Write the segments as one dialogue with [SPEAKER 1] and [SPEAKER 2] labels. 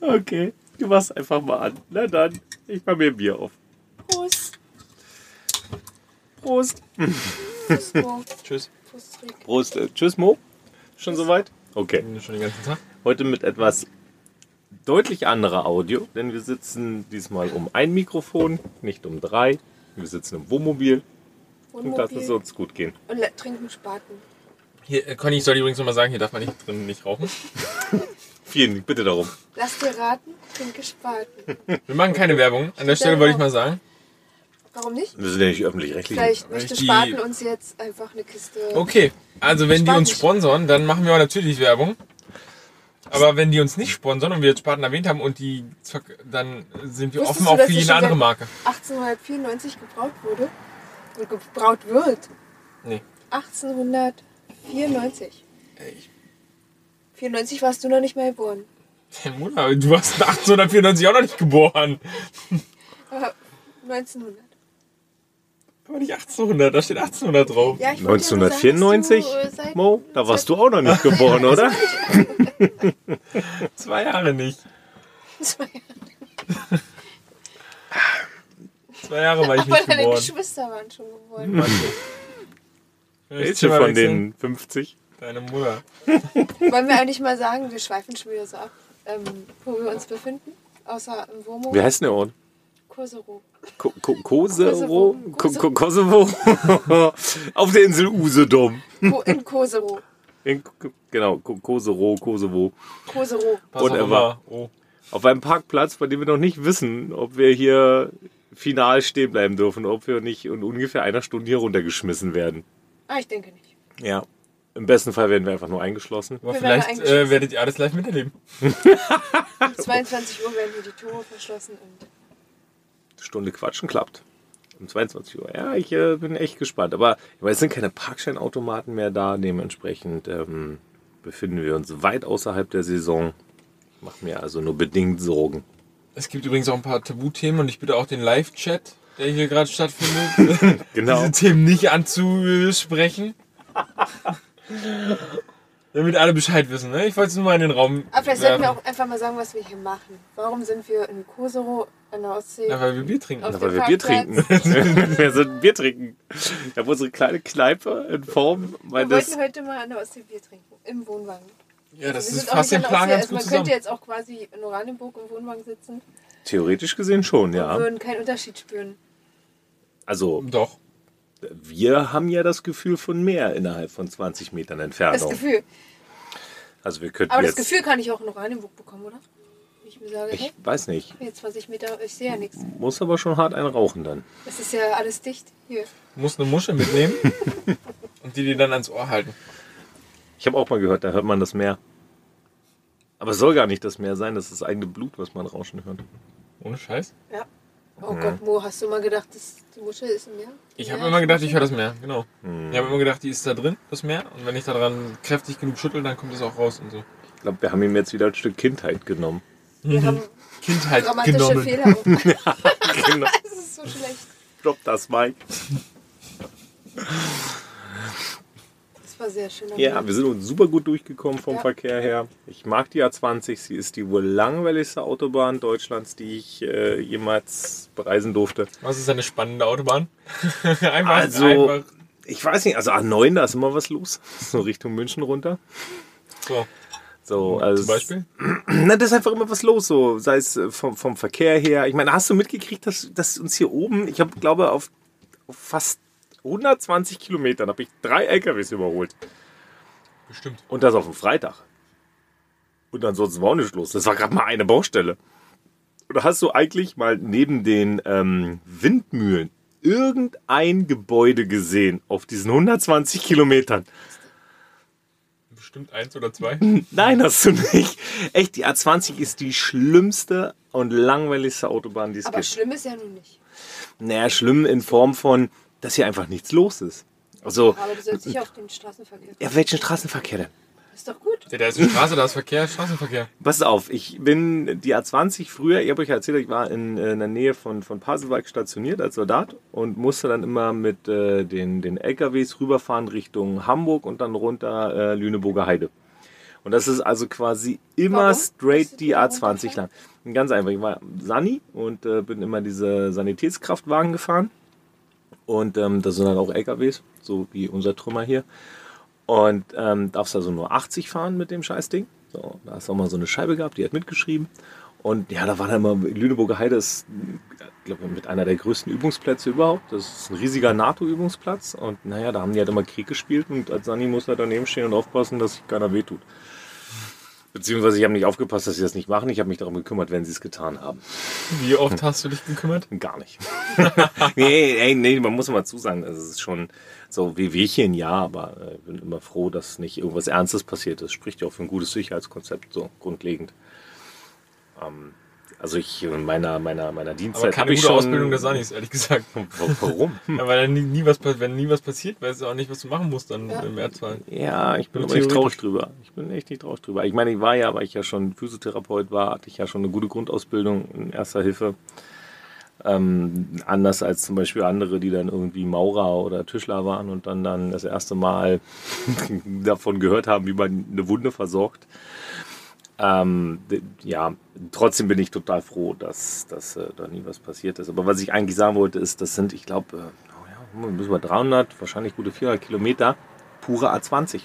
[SPEAKER 1] Okay, du machst einfach mal an. Na dann, ich mach mir ein Bier auf.
[SPEAKER 2] Prost.
[SPEAKER 1] Prost.
[SPEAKER 2] Prost, Mo.
[SPEAKER 1] Tschüss.
[SPEAKER 2] Prost, Rick.
[SPEAKER 1] Prost. Äh, tschüss, Mo. Schon soweit? Okay.
[SPEAKER 3] Schon den ganzen Tag.
[SPEAKER 1] Heute mit etwas deutlich anderer Audio, denn wir sitzen diesmal um ein Mikrofon, nicht um drei. Wir sitzen im Wohnmobil und lassen es
[SPEAKER 2] Wohnmobil
[SPEAKER 1] uns gut gehen.
[SPEAKER 2] und le- trinken Spaten.
[SPEAKER 3] Hier, äh, Conny, ich soll übrigens nochmal sagen, hier darf man nicht drin nicht rauchen.
[SPEAKER 1] Vielen Dank, bitte darum.
[SPEAKER 2] Lass dir raten, trinke Spaten.
[SPEAKER 3] Wir machen keine Werbung. An der Stelle wollte ich mal sagen.
[SPEAKER 2] Warum nicht?
[SPEAKER 1] Wir sind ja nicht öffentlich-rechtlich.
[SPEAKER 2] Vielleicht
[SPEAKER 3] weil ich
[SPEAKER 2] möchte
[SPEAKER 3] die-
[SPEAKER 2] Spaten uns jetzt einfach eine Kiste.
[SPEAKER 3] Okay, also wenn die
[SPEAKER 2] Spanisch.
[SPEAKER 3] uns sponsoren, dann machen wir auch natürlich Werbung. Aber wenn die uns nicht sponsoren und wir jetzt Spaten erwähnt haben und die zack, dann sind wir
[SPEAKER 2] Wusstest
[SPEAKER 3] offen
[SPEAKER 2] du,
[SPEAKER 3] auch
[SPEAKER 2] dass
[SPEAKER 3] für
[SPEAKER 2] die
[SPEAKER 3] jede
[SPEAKER 2] schon
[SPEAKER 3] andere
[SPEAKER 2] seit-
[SPEAKER 3] Marke.
[SPEAKER 2] 1894 gebraut wurde und gebraut wird.
[SPEAKER 3] Nee.
[SPEAKER 2] 1894. 94 warst du noch nicht mal geboren.
[SPEAKER 3] Deine Mutter, du warst 1894 auch noch nicht geboren.
[SPEAKER 2] Aber 1900.
[SPEAKER 3] Aber nicht 1800, da steht 1800 drauf.
[SPEAKER 2] Ja, ich wollte ja nur sagen, dass
[SPEAKER 1] 1994,
[SPEAKER 2] Du, äh, seit-
[SPEAKER 1] Mo, da warst du auch noch nicht geboren, oder?
[SPEAKER 3] Zwei Jahre nicht.
[SPEAKER 2] Zwei Jahre,
[SPEAKER 3] Zwei Jahre war ich
[SPEAKER 2] aber
[SPEAKER 3] nicht
[SPEAKER 2] deine
[SPEAKER 3] geboren.
[SPEAKER 2] Geschwister waren schon geboren.
[SPEAKER 1] Welche von den 50?
[SPEAKER 3] Deine Mutter.
[SPEAKER 2] Wollen wir eigentlich mal sagen, wir schweifen schon wieder so ab, ähm, wo wir uns befinden? Außer im Womo,
[SPEAKER 1] Wie heißt denn der Ort?
[SPEAKER 2] Kosovo.
[SPEAKER 1] Ko Ko Kosovo?
[SPEAKER 2] Kosovo.
[SPEAKER 1] Ko Ko Kosovo? Auf der Insel Usedom.
[SPEAKER 2] Ko in Kosovo.
[SPEAKER 1] In, Ko- genau, Ko Kosovo, Kosovo.
[SPEAKER 2] Kosovo.
[SPEAKER 3] Pass auf
[SPEAKER 1] Whatever.
[SPEAKER 3] immer. Oh.
[SPEAKER 1] Auf einem Parkplatz, bei dem wir noch nicht wissen, ob wir hier final stehen bleiben dürfen, ob wir nicht in ungefähr einer Stunde hier runtergeschmissen werden.
[SPEAKER 2] Ah, ich denke nicht.
[SPEAKER 1] Ja. Im besten Fall werden wir einfach nur eingeschlossen.
[SPEAKER 3] Aber
[SPEAKER 2] Wir werden
[SPEAKER 3] vielleicht
[SPEAKER 2] eingeschlossen.
[SPEAKER 3] äh, werdet ihr alles live miterleben.
[SPEAKER 2] Um 22 Uhr werden hier die Tore verschlossen und
[SPEAKER 1] Stunde quatschen klappt. Um 22 Uhr. Ja, ich äh, bin echt gespannt. Aber weil es sind keine Parkscheinautomaten mehr da. Dementsprechend ähm, befinden wir uns weit außerhalb der Saison. Macht mir also nur bedingt Sorgen.
[SPEAKER 3] Es gibt übrigens auch ein paar Tabuthemen und ich bitte auch den Live-Chat, der hier gerade stattfindet,
[SPEAKER 1] Genau.
[SPEAKER 3] diese Themen nicht anzusprechen. Damit alle Bescheid wissen. Ne? Ich wollte es nur mal in den Raum.
[SPEAKER 2] Aber vielleicht sollten
[SPEAKER 3] werfen.
[SPEAKER 2] wir auch einfach mal sagen, was wir hier machen. Warum sind wir in Kosovo an der Ostsee?
[SPEAKER 3] Ja, weil wir Bier trinken.
[SPEAKER 2] Auf-
[SPEAKER 1] Weil
[SPEAKER 2] dem
[SPEAKER 1] wir Bier trinken.
[SPEAKER 2] Parkplatz.
[SPEAKER 1] wir sind Bier trinken. Ich habe unsere kleine Kneipe in Form
[SPEAKER 2] wir wollten halt
[SPEAKER 1] meines.
[SPEAKER 2] heute mal an der Ostsee Bier trinken, im Wohnwagen.
[SPEAKER 3] Ja, das
[SPEAKER 2] wir
[SPEAKER 3] ist
[SPEAKER 2] auch
[SPEAKER 3] fast den
[SPEAKER 2] nicht an der Ostsee.
[SPEAKER 3] Plan ganz
[SPEAKER 2] Also
[SPEAKER 3] gut
[SPEAKER 2] man könnte
[SPEAKER 3] zusammen.
[SPEAKER 2] jetzt auch quasi in Oranienburg im Wohnwagen sitzen
[SPEAKER 1] Theoretisch gesehen schon,
[SPEAKER 2] und
[SPEAKER 1] ja.
[SPEAKER 2] würden keinen Unterschied spüren.
[SPEAKER 1] Also,
[SPEAKER 3] Doch.
[SPEAKER 1] wir haben ja das Gefühl von mehr innerhalb von 20 Metern
[SPEAKER 2] Das
[SPEAKER 1] Entfernung.
[SPEAKER 2] Gefühl.
[SPEAKER 1] Also, wir könnten
[SPEAKER 2] Aber das
[SPEAKER 1] jetzt.
[SPEAKER 2] Gefühl kann ich auch in Oranienburg bekommen, oder? Wenn ich mir sage, hey,
[SPEAKER 1] Ich weiß nicht.
[SPEAKER 2] jetzt 20 Meter, ich sehe ja nichts.
[SPEAKER 1] Muss aber schon hart einen rauchen dann.
[SPEAKER 2] Es ist ja alles dicht hier.
[SPEAKER 3] Muss eine Muschel mitnehmen und die dir dann ans Ohr halten.
[SPEAKER 1] Ich habe auch mal gehört, da hört man das Meer. Aber es soll gar nicht das Meer sein, das ist das eigene Blut, was man rauschen hört.
[SPEAKER 3] Ohne Scheiß.
[SPEAKER 2] Ja. Oh Gott, Mo, hast du mal gedacht, dass die Muschel ist im Meer?
[SPEAKER 3] Mhm. Ich
[SPEAKER 2] Ja,
[SPEAKER 3] habe immer gedacht, ich höre
[SPEAKER 2] Muschel.
[SPEAKER 3] das Meer, genau.
[SPEAKER 1] Hm.
[SPEAKER 3] Ich habe immer gedacht, die ist da drin, das Meer. Und wenn ich daran kräftig genug schüttel, dann kommt es auch raus und so.
[SPEAKER 1] Ich glaube, wir haben ihm jetzt wieder ein Stück Kindheit genommen.
[SPEAKER 2] Wir haben
[SPEAKER 3] Kindheit
[SPEAKER 2] dramatische
[SPEAKER 3] Halt genommen.
[SPEAKER 2] Fehler. auch.
[SPEAKER 1] Genau.
[SPEAKER 2] Das ist so schlecht.
[SPEAKER 1] Stopp das, Mike.
[SPEAKER 2] Das war sehr schön.
[SPEAKER 1] Ja, wir sind uns super gut durchgekommen vom
[SPEAKER 2] Ja.
[SPEAKER 1] Verkehr her. Ich mag die A20. Sie ist die wohl langweiligste Autobahn Deutschlands, die ich äh, jemals bereisen durfte.
[SPEAKER 3] Was ist eine spannende Autobahn? einfach,
[SPEAKER 1] Also-
[SPEAKER 3] einfach.
[SPEAKER 1] Ich weiß nicht, also A9, da ist immer was los. So Richtung München runter.
[SPEAKER 3] So,
[SPEAKER 1] So, also
[SPEAKER 3] zum Beispiel.
[SPEAKER 1] Na, das ist einfach immer was los, so sei es äh, vom, vom Verkehr her. Ich meine, hast du mitgekriegt, dass, dass uns hier oben, ich habe, glaube auf, auf fast 120 Kilometern habe ich drei LKWs überholt.
[SPEAKER 3] Bestimmt.
[SPEAKER 1] Und das auf dem Freitag. Und ansonsten war auch nichts los. Das war gerade mal eine Baustelle. Oder hast du eigentlich mal neben den ähm, Windmühlen irgendein Gebäude gesehen auf diesen 120 Kilometern?
[SPEAKER 3] Bestimmt eins oder zwei.
[SPEAKER 1] Nein, hast du nicht. Echt, die A20 ist die schlimmste und langweiligste Autobahn, die es
[SPEAKER 2] Aber
[SPEAKER 1] gibt.
[SPEAKER 2] schlimm ist ja nun nicht.
[SPEAKER 1] Naja, schlimm in Form von, dass hier einfach nichts los ist. Also,
[SPEAKER 2] Aber du sollst dich auf den Straßenverkehr.
[SPEAKER 1] ja, welchen Straßenverkehr denn?
[SPEAKER 2] Ist doch gut.
[SPEAKER 3] Ja, da ist eine Straße, da ist Verkehr, Straßenverkehr.
[SPEAKER 1] Pass auf, ich bin die A20 früher, ich habe euch ja erzählt, ich war in, äh, in der Nähe von, von Pasewalk stationiert als Soldat und musste dann immer mit äh, den, den LKWs rüberfahren Richtung Hamburg und dann runter äh, Lüneburger Heide. Und das ist also quasi immer
[SPEAKER 2] Warum?
[SPEAKER 1] straight
[SPEAKER 2] Bist du
[SPEAKER 1] die
[SPEAKER 2] da
[SPEAKER 1] A20 lang. Ganz einfach, ich war Sani und äh, bin immer diese Sanitätskraftwagen gefahren. Und ähm, das sind dann auch LKWs, so wie unser Trümmer hier. Und ähm, darfst also nur 80 fahren mit dem Scheißding. So, da hast du auch mal so eine Scheibe gehabt, die hat mitgeschrieben. Und ja, da war dann immer, Lüneburger Heide ist, glaube mit einer der größten Übungsplätze überhaupt. Das ist ein riesiger NATO-Übungsplatz. Und naja, da haben die halt immer Krieg gespielt. Und als Sani muss er daneben stehen und aufpassen, dass sich keiner wehtut. Beziehungsweise ich habe nicht aufgepasst, dass sie das nicht machen. Ich habe mich darum gekümmert, wenn sie es getan haben.
[SPEAKER 3] Wie oft hast du dich gekümmert?
[SPEAKER 1] Gar nicht. nee, ey, nee, man muss immer zusagen, also es ist schon so wie Wehchen, ja, aber äh, bin immer froh, dass nicht irgendwas Ernstes passiert ist. Spricht ja auch für ein gutes Sicherheitskonzept, so grundlegend. Ähm, also ich in meiner, meiner, meiner
[SPEAKER 3] Aber
[SPEAKER 1] Dienstzeit habe
[SPEAKER 3] keine
[SPEAKER 1] ich
[SPEAKER 3] gute
[SPEAKER 1] schon... Hm.
[SPEAKER 3] Ausbildung des Sanis, ehrlich gesagt.
[SPEAKER 1] Warum?
[SPEAKER 3] Ja, weil dann nie, nie was, pa- wenn nie was passiert, weißt du auch nicht, was du machen musst dann
[SPEAKER 2] Ja.
[SPEAKER 3] im Erdfall.
[SPEAKER 1] Ja, ich bin
[SPEAKER 3] Nur
[SPEAKER 1] aber nicht
[SPEAKER 3] theoretisch.
[SPEAKER 1] traurig drüber. Ich bin echt nicht traurig drüber. Ich meine, ich war ja, weil ich ja schon Physiotherapeut war, hatte ich ja schon eine gute Grundausbildung in erster Hilfe. Ähm, anders als zum Beispiel andere, die dann irgendwie Maurer oder Tischler waren und dann, dann das erste Mal davon gehört haben, wie man eine Wunde versorgt. Ähm, d- ja, trotzdem bin ich total froh, dass, dass äh, da nie was passiert ist. Aber was ich eigentlich sagen wollte, ist, das sind, ich glaube, äh, oh ja, müssen wir 300, wahrscheinlich gute 400 Kilometer, pure A20.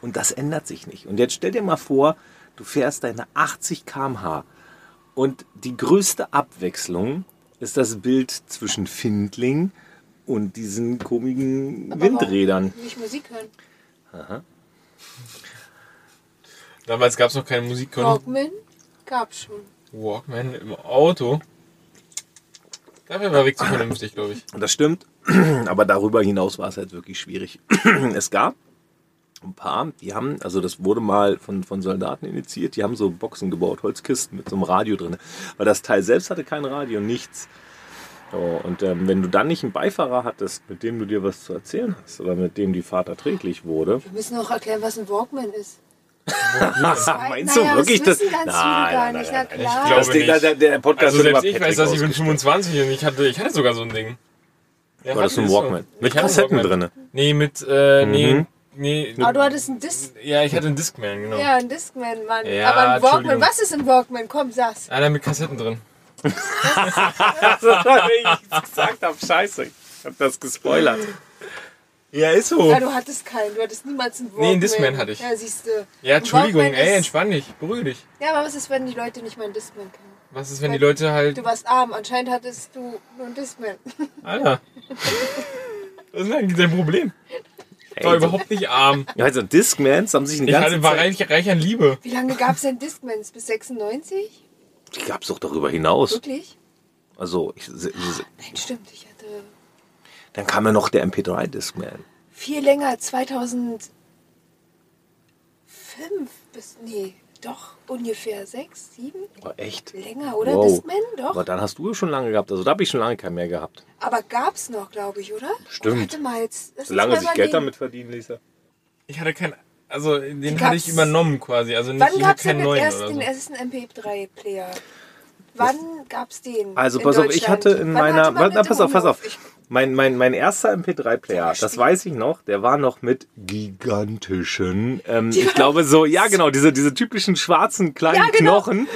[SPEAKER 1] Und das ändert sich nicht. Und jetzt stell dir mal vor, du fährst deine 80 km/h. Und die größte Abwechslung ist das Bild zwischen Findling und diesen komischen
[SPEAKER 2] Aber warum
[SPEAKER 1] Windrädern.
[SPEAKER 2] Nicht Musik hören.
[SPEAKER 3] Damals gab es noch keine Musik.
[SPEAKER 2] Walkman gab's schon.
[SPEAKER 3] Walkman im Auto. Dafür war Rick zu vernünftig, glaube ich.
[SPEAKER 1] Das stimmt, aber darüber hinaus war es halt wirklich schwierig. Es gab ein paar, die haben, also das wurde mal von, von Soldaten initiiert, die haben so Boxen gebaut, Holzkisten mit so einem Radio drin. Weil das Teil selbst hatte kein Radio, nichts. So, und ähm, wenn du dann nicht einen Beifahrer hattest, mit dem du dir was zu erzählen hast oder mit dem die Fahrt erträglich wurde.
[SPEAKER 2] Wir müssen auch erklären, was ein Walkman ist.
[SPEAKER 1] Meinst du
[SPEAKER 2] Naja,
[SPEAKER 1] wirklich
[SPEAKER 2] das?
[SPEAKER 1] das?
[SPEAKER 2] wissen ganz viele gar nicht. Na klar.
[SPEAKER 3] Ich
[SPEAKER 1] Das
[SPEAKER 3] glaube
[SPEAKER 1] Ding, da-
[SPEAKER 3] nicht.
[SPEAKER 1] der, der Podcast
[SPEAKER 3] Also
[SPEAKER 1] wird
[SPEAKER 3] selbst
[SPEAKER 1] über
[SPEAKER 3] ich weiß,
[SPEAKER 1] Patrick
[SPEAKER 3] dass ich bin
[SPEAKER 1] ausgestrahlt.
[SPEAKER 3] 25 und ich hatte, ich hatte sogar so ein Ding. Ja,
[SPEAKER 1] War das
[SPEAKER 3] hatte
[SPEAKER 1] ein
[SPEAKER 3] ich so.
[SPEAKER 1] Walkman?
[SPEAKER 3] Ich
[SPEAKER 1] Mit
[SPEAKER 3] hatte einen
[SPEAKER 1] Kassetten
[SPEAKER 3] Walkman.
[SPEAKER 1] drinne?
[SPEAKER 3] Nee, mit, äh, nee,
[SPEAKER 1] Mhm.
[SPEAKER 3] nee.
[SPEAKER 2] Aber Ah, du hattest einen Dis
[SPEAKER 3] Ja, ich hatte einen Discman, genau.
[SPEAKER 2] ja, einen Discman, Mann.
[SPEAKER 3] Ja,
[SPEAKER 2] Aber ein Walkman,
[SPEAKER 3] Entschuldigung.
[SPEAKER 2] was ist ein Walkman? Komm, sag's.
[SPEAKER 3] Einer mit Kassetten drin.
[SPEAKER 1] Wenn ich gesagt habe, scheiße, ich habe das gespoilert.
[SPEAKER 3] Ja, ist so.
[SPEAKER 2] Ja, du hattest keinen, du hattest niemals einen Walkman.
[SPEAKER 3] Oh. Nee, einen Discman hatte ich.
[SPEAKER 2] Ja, siehst du.
[SPEAKER 3] Ja, Entschuldigung,
[SPEAKER 2] Walkman
[SPEAKER 3] ey,
[SPEAKER 2] ist-
[SPEAKER 3] entspann dich, beruhig dich.
[SPEAKER 2] Ja, aber was ist, wenn die Leute nicht mal einen Discman kennen?
[SPEAKER 3] Was ist, wenn die Leute halt.
[SPEAKER 2] Du warst arm, anscheinend hattest du nur einen Discman.
[SPEAKER 3] Alter. Was ist denn eigentlich dein Problem? Ich war
[SPEAKER 1] Ey, so-
[SPEAKER 3] überhaupt nicht arm.
[SPEAKER 1] Ja, also Discmans haben sich eine
[SPEAKER 3] Ich
[SPEAKER 1] ganze
[SPEAKER 3] hatte, war
[SPEAKER 1] Zeit...
[SPEAKER 3] reich, reich an Liebe.
[SPEAKER 2] Wie lange gab's denn Discmans? Bis 96?
[SPEAKER 1] Die gab es doch darüber hinaus.
[SPEAKER 2] Wirklich?
[SPEAKER 1] Also, ich, se- se-
[SPEAKER 2] Nein, stimmt, ich hatte
[SPEAKER 1] dann kam ja noch der MP3-Discman.
[SPEAKER 2] viel länger, 2005 bis, nee, doch ungefähr 6, 7,
[SPEAKER 1] Oh, echt?
[SPEAKER 2] länger, oder
[SPEAKER 1] Wow.
[SPEAKER 2] Discman?
[SPEAKER 1] Aber
[SPEAKER 2] Doch.
[SPEAKER 1] dann hast du schon lange gehabt. Also, da habe ich schon lange keinen mehr gehabt.
[SPEAKER 2] Aber gab's noch, glaube ich, oder?
[SPEAKER 1] Stimmt.
[SPEAKER 2] Oh, warte mal, jetzt. lass uns
[SPEAKER 1] Solange
[SPEAKER 2] mal
[SPEAKER 1] sich Geld
[SPEAKER 2] überlegen.
[SPEAKER 1] damit verdienen ließe.
[SPEAKER 3] Ich hatte kein. Also, den
[SPEAKER 2] Die
[SPEAKER 3] hatte ich
[SPEAKER 2] gab's-
[SPEAKER 3] übernommen quasi. Also, nicht,
[SPEAKER 2] Wann
[SPEAKER 3] ich
[SPEAKER 2] gab's
[SPEAKER 3] hatte
[SPEAKER 2] denn
[SPEAKER 3] keinen
[SPEAKER 2] den,
[SPEAKER 3] neuen oder
[SPEAKER 2] ersten, den
[SPEAKER 3] so.
[SPEAKER 2] ersten MP3-Player? Wann gab's den?
[SPEAKER 1] Also,
[SPEAKER 2] in
[SPEAKER 1] pass auf, ich
[SPEAKER 2] Deutschland?
[SPEAKER 1] hatte in
[SPEAKER 2] Wann
[SPEAKER 1] meiner...
[SPEAKER 2] hatte man
[SPEAKER 1] warte, na,
[SPEAKER 2] mit
[SPEAKER 1] pass auf, pass auf.
[SPEAKER 2] Download- Ich,
[SPEAKER 1] Mein, mein, mein erster MP3-Player,
[SPEAKER 2] Ja,
[SPEAKER 1] das
[SPEAKER 2] stimmt.
[SPEAKER 1] weiß ich noch, der war noch mit gigantischen, ähm,
[SPEAKER 2] Die
[SPEAKER 1] ich
[SPEAKER 2] waren-
[SPEAKER 1] glaube so, ja genau, diese, diese typischen schwarzen kleinen
[SPEAKER 2] Ja, genau.
[SPEAKER 1] Knochen.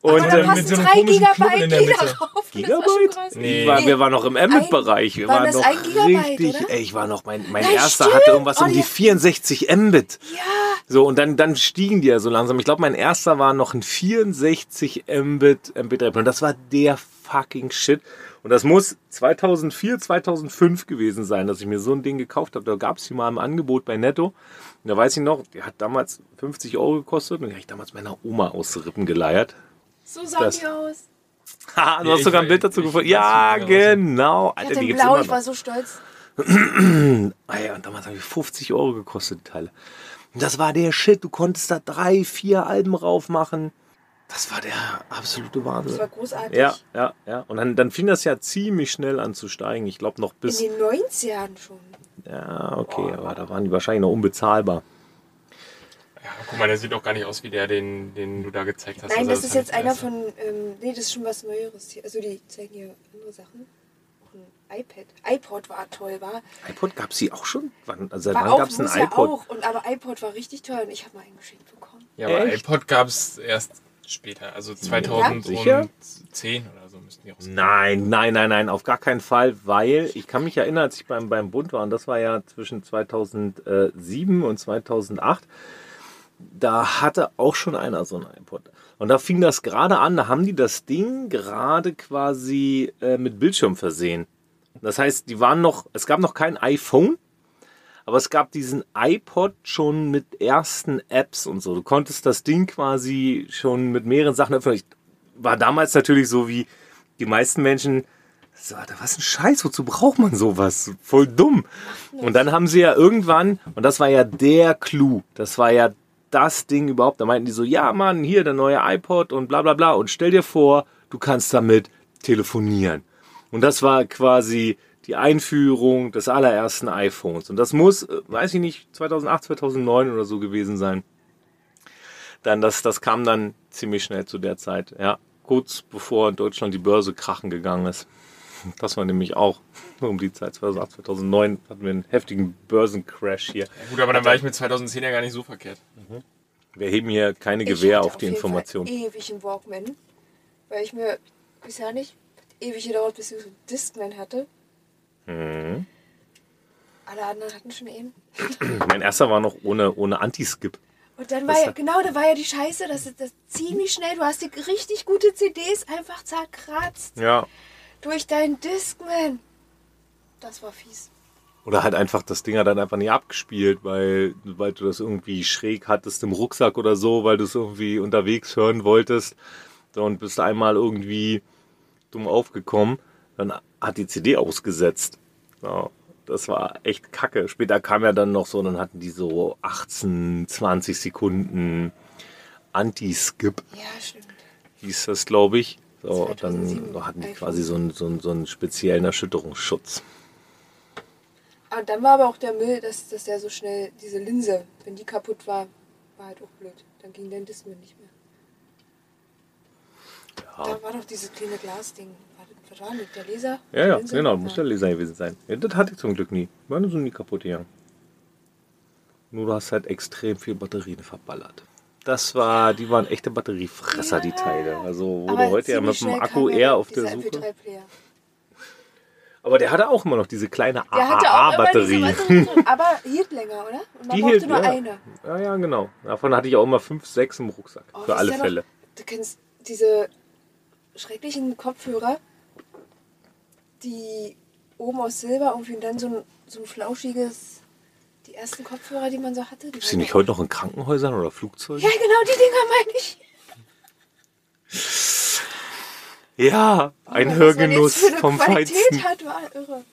[SPEAKER 2] und
[SPEAKER 1] Und
[SPEAKER 2] da
[SPEAKER 3] dann
[SPEAKER 1] ähm, mit
[SPEAKER 2] passen
[SPEAKER 3] passt- so einem
[SPEAKER 2] 3
[SPEAKER 3] komischen Knubbel in
[SPEAKER 2] Gigabyte
[SPEAKER 3] der Mitte.
[SPEAKER 2] Gigabyte drauf. Das war schon
[SPEAKER 1] Gigabyte?
[SPEAKER 2] groß.
[SPEAKER 1] Nee.
[SPEAKER 3] Nee.
[SPEAKER 1] War, wir waren noch im Mbit-Bereich. Wir
[SPEAKER 2] Waren
[SPEAKER 1] waren
[SPEAKER 2] das
[SPEAKER 1] noch
[SPEAKER 2] ein Gigabyte,
[SPEAKER 1] richtig.
[SPEAKER 2] oder?
[SPEAKER 1] Ey, ich war noch mein, mein
[SPEAKER 2] Nein,
[SPEAKER 1] erster
[SPEAKER 2] stimmt,
[SPEAKER 1] hatte irgendwas um
[SPEAKER 2] oh,
[SPEAKER 1] die
[SPEAKER 2] ja.
[SPEAKER 1] 64 Mbit.
[SPEAKER 2] Ja,
[SPEAKER 1] So und dann dann stiegen die ja so langsam. Ich glaube, mein erster war noch ein 64 Mbit MP3 und das war der fucking Shit. Und das muss 2004, 2005 gewesen sein, dass ich mir so ein Ding gekauft habe. Da gab es die mal im Angebot bei Netto. Und da weiß ich noch, der hat damals 50 Euro gekostet und die habe ich damals meiner Oma aus den Rippen geleiert.
[SPEAKER 2] so sahen
[SPEAKER 1] Das-
[SPEAKER 2] die aus.
[SPEAKER 1] Haha, du
[SPEAKER 3] Ja,
[SPEAKER 1] hast
[SPEAKER 3] ich
[SPEAKER 1] sogar ein
[SPEAKER 3] weiß-
[SPEAKER 1] Bild dazu
[SPEAKER 3] ich
[SPEAKER 1] gefunden.
[SPEAKER 3] weiß,
[SPEAKER 1] Ja,
[SPEAKER 3] wie die aussehen.
[SPEAKER 1] genau.
[SPEAKER 2] Ich
[SPEAKER 1] Alter,
[SPEAKER 2] hatte
[SPEAKER 1] die
[SPEAKER 2] den
[SPEAKER 1] gibt's
[SPEAKER 2] blau,
[SPEAKER 1] immer
[SPEAKER 2] ich
[SPEAKER 1] noch.
[SPEAKER 2] war so stolz.
[SPEAKER 1] Ah ja, und damals habe ich 50 Euro gekostet, die Teile. Und das war der Shit. Du konntest da drei, vier Alben rauf machen. Das war der absolute
[SPEAKER 2] Das
[SPEAKER 1] Wahnsinn.
[SPEAKER 2] war großartig.
[SPEAKER 1] Ja, ja, ja. Und dann, dann fing das ja ziemlich schnell an zu steigen. Ich glaube noch
[SPEAKER 2] In
[SPEAKER 1] bis.
[SPEAKER 2] den 90ern schon.
[SPEAKER 1] Ja, okay, aber da waren die wahrscheinlich noch unbezahlbar.
[SPEAKER 3] Ja, guck mal, der sieht auch gar nicht aus wie der, den, den du da gezeigt hast.
[SPEAKER 2] Nein,
[SPEAKER 3] Also,
[SPEAKER 2] das ist
[SPEAKER 3] fand
[SPEAKER 2] jetzt
[SPEAKER 3] ich
[SPEAKER 2] einer
[SPEAKER 3] scheiße.
[SPEAKER 2] von. Ähm, nee, das ist schon was Neueres hier. Also, die zeigen hier andere Sachen. Auch ein iPad. iPod war toll, war.
[SPEAKER 1] iPod gab es die auch schon? Wann, also seit
[SPEAKER 2] War
[SPEAKER 1] wann
[SPEAKER 2] auch,
[SPEAKER 1] gab es ein
[SPEAKER 2] muss ja
[SPEAKER 1] iPod?
[SPEAKER 2] auch. Und, aber iPod war richtig teuer und ich habe mal einen geschenkt bekommen.
[SPEAKER 3] Ja, aber
[SPEAKER 1] Echt?
[SPEAKER 3] iPod gab es erst später, also 2010
[SPEAKER 1] sicher?
[SPEAKER 3] oder so müssten die raus.
[SPEAKER 1] Nein, nein, nein, nein, auf gar keinen Fall, weil ich kann mich erinnern, als ich beim, beim Bund war, und das war ja zwischen 2007 und 2008, da hatte auch schon einer so ein iPod. Und da fing das gerade an, da haben die das Ding gerade quasi äh, mit Bildschirm versehen. Das heißt, die waren noch, es gab noch kein iPhone, aber es gab diesen iPod schon mit ersten Apps und so. Du konntest das Ding quasi schon mit mehreren Sachen öffnen. Ich war damals natürlich so wie die meisten Menschen, so, Alter, was ein Scheiß, wozu braucht man sowas? Voll dumm. Und dann haben sie ja irgendwann, und das war ja der Clou, das war ja das Ding überhaupt, da meinten die so, ja Mann, hier der neue iPod und bla bla bla. Und stell dir vor, du kannst damit telefonieren. Und das war quasi die Einführung des allerersten iPhones. Und das muss, äh, weiß ich nicht, 2008, 2009 oder so gewesen sein. Dann das, das kam dann ziemlich schnell zu der Zeit. Ja, kurz bevor in Deutschland die Börse krachen gegangen ist. Das war nämlich auch um die Zeit 2008, 2009 hatten wir einen heftigen Börsencrash hier.
[SPEAKER 3] Gut, aber dann war ich mit 2010 ja gar nicht so verkehrt.
[SPEAKER 1] Wir heben hier keine
[SPEAKER 2] Ich
[SPEAKER 1] Gewähr
[SPEAKER 2] hatte
[SPEAKER 1] auf die
[SPEAKER 2] jeden Fall
[SPEAKER 1] Information.
[SPEAKER 2] ewig einen Walkman, weil ich mir bisher nicht ewig gedauert, bis ich so einen Discman hatte.
[SPEAKER 1] Mhm.
[SPEAKER 2] Alle anderen hatten schon einen.
[SPEAKER 1] Mein erster war noch ohne, ohne Anti-Skip.
[SPEAKER 2] Und dann
[SPEAKER 1] Das
[SPEAKER 2] war ja,
[SPEAKER 1] hat-
[SPEAKER 2] genau, da war ja die Scheiße, dass es- das ziemlich schnell, du hast die richtig gute CDs einfach zerkratzt
[SPEAKER 1] Ja.
[SPEAKER 2] durch deinen Discman. Das war fies.
[SPEAKER 1] Oder halt einfach, das Ding hat dann einfach nicht abgespielt, weil, weil du das irgendwie schräg hattest im Rucksack oder so, weil du es irgendwie unterwegs hören wolltest. So, und bist einmal irgendwie dumm aufgekommen, dann hat die CD ausgesetzt. So, das war echt kacke. Später kam ja dann noch so, dann hatten die so 18, 20 Sekunden Anti-Skip,
[SPEAKER 2] Ja, stimmt.
[SPEAKER 1] hieß das, glaube ich. So, dann
[SPEAKER 2] 2007
[SPEAKER 1] hatten die
[SPEAKER 2] iPhone.
[SPEAKER 1] quasi so einen, so, einen, so einen speziellen Erschütterungsschutz.
[SPEAKER 2] Und Ah, dann war aber auch der Müll, dass, dass der so schnell, diese Linse, wenn die kaputt war, war halt auch blöd. Dann ging dein Discman nicht mehr. Da war doch dieses kleine Glasding. War das- Was war denn das? Der Laser?
[SPEAKER 1] Ja,
[SPEAKER 2] Die
[SPEAKER 1] ja,
[SPEAKER 2] Linse?
[SPEAKER 1] genau, muss der Laser gewesen sein. Ja, das hatte ich zum Glück nie. Meine sind nie kaputt gegangen. Nur du hast halt extrem viel Batterien verballert. Das war, die waren echte Batteriefresser, die Teile. Also, wo
[SPEAKER 2] Aber
[SPEAKER 1] du heute ja
[SPEAKER 2] ziemlich
[SPEAKER 1] mit dem
[SPEAKER 2] schnell
[SPEAKER 1] Akku
[SPEAKER 2] kam ja
[SPEAKER 1] eher auf der
[SPEAKER 2] dieser
[SPEAKER 1] Suche.
[SPEAKER 2] MP3-Player.
[SPEAKER 1] Aber der hatte auch immer noch diese kleine
[SPEAKER 2] Der hatte auch immer diese
[SPEAKER 1] AAA-Batterie.
[SPEAKER 2] Batterie drin, aber hielt länger, oder? Und man
[SPEAKER 1] Ah, Die
[SPEAKER 2] brauchte
[SPEAKER 1] hielt,
[SPEAKER 2] nur
[SPEAKER 1] ja.
[SPEAKER 2] eine.
[SPEAKER 1] Ja, ja, genau. Davon hatte ich auch immer fünf, sechs im Rucksack.
[SPEAKER 2] Oh,
[SPEAKER 1] für
[SPEAKER 2] wisst
[SPEAKER 1] alle
[SPEAKER 2] ihr noch,
[SPEAKER 1] Fälle.
[SPEAKER 2] Du kennst diese schrecklichen Kopfhörer, die oben aus Silber irgendwie und dann so ein, so ein flauschiges, die ersten Kopfhörer, die man so hatte. Die
[SPEAKER 1] Bist du
[SPEAKER 2] waren
[SPEAKER 1] nicht heute noch in Krankenhäusern oder Flugzeugen?
[SPEAKER 2] Ja, genau, die Dinger meine ich.
[SPEAKER 1] Ja, ein
[SPEAKER 2] Was man
[SPEAKER 1] Hörgenuss
[SPEAKER 2] jetzt für eine
[SPEAKER 1] vom
[SPEAKER 2] Qualität
[SPEAKER 1] Feinsten.
[SPEAKER 2] hat, war irre.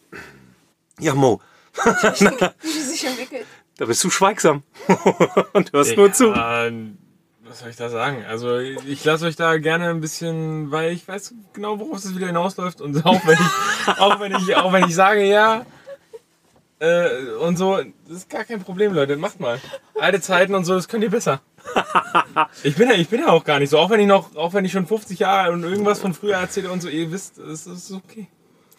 [SPEAKER 1] Ja, Mo,
[SPEAKER 2] Wie die sich entwickelt.
[SPEAKER 1] da bist du schweigsam und hörst nur zu.
[SPEAKER 3] Ja, Was soll ich da sagen? Also ich lasse euch da gerne ein bisschen, weil ich weiß genau, worauf es wieder hinausläuft und auch wenn ich, auch wenn ich, auch wenn ich sage ja äh, und so, das ist gar kein Problem, Leute, macht mal. Alte Zeiten und so, das könnt ihr besser. Ich bin ja, ich bin ja auch gar nicht so, auch wenn ich noch, auch wenn ich schon 50 Jahre und irgendwas von früher erzähle und so, ihr wisst, es ist okay.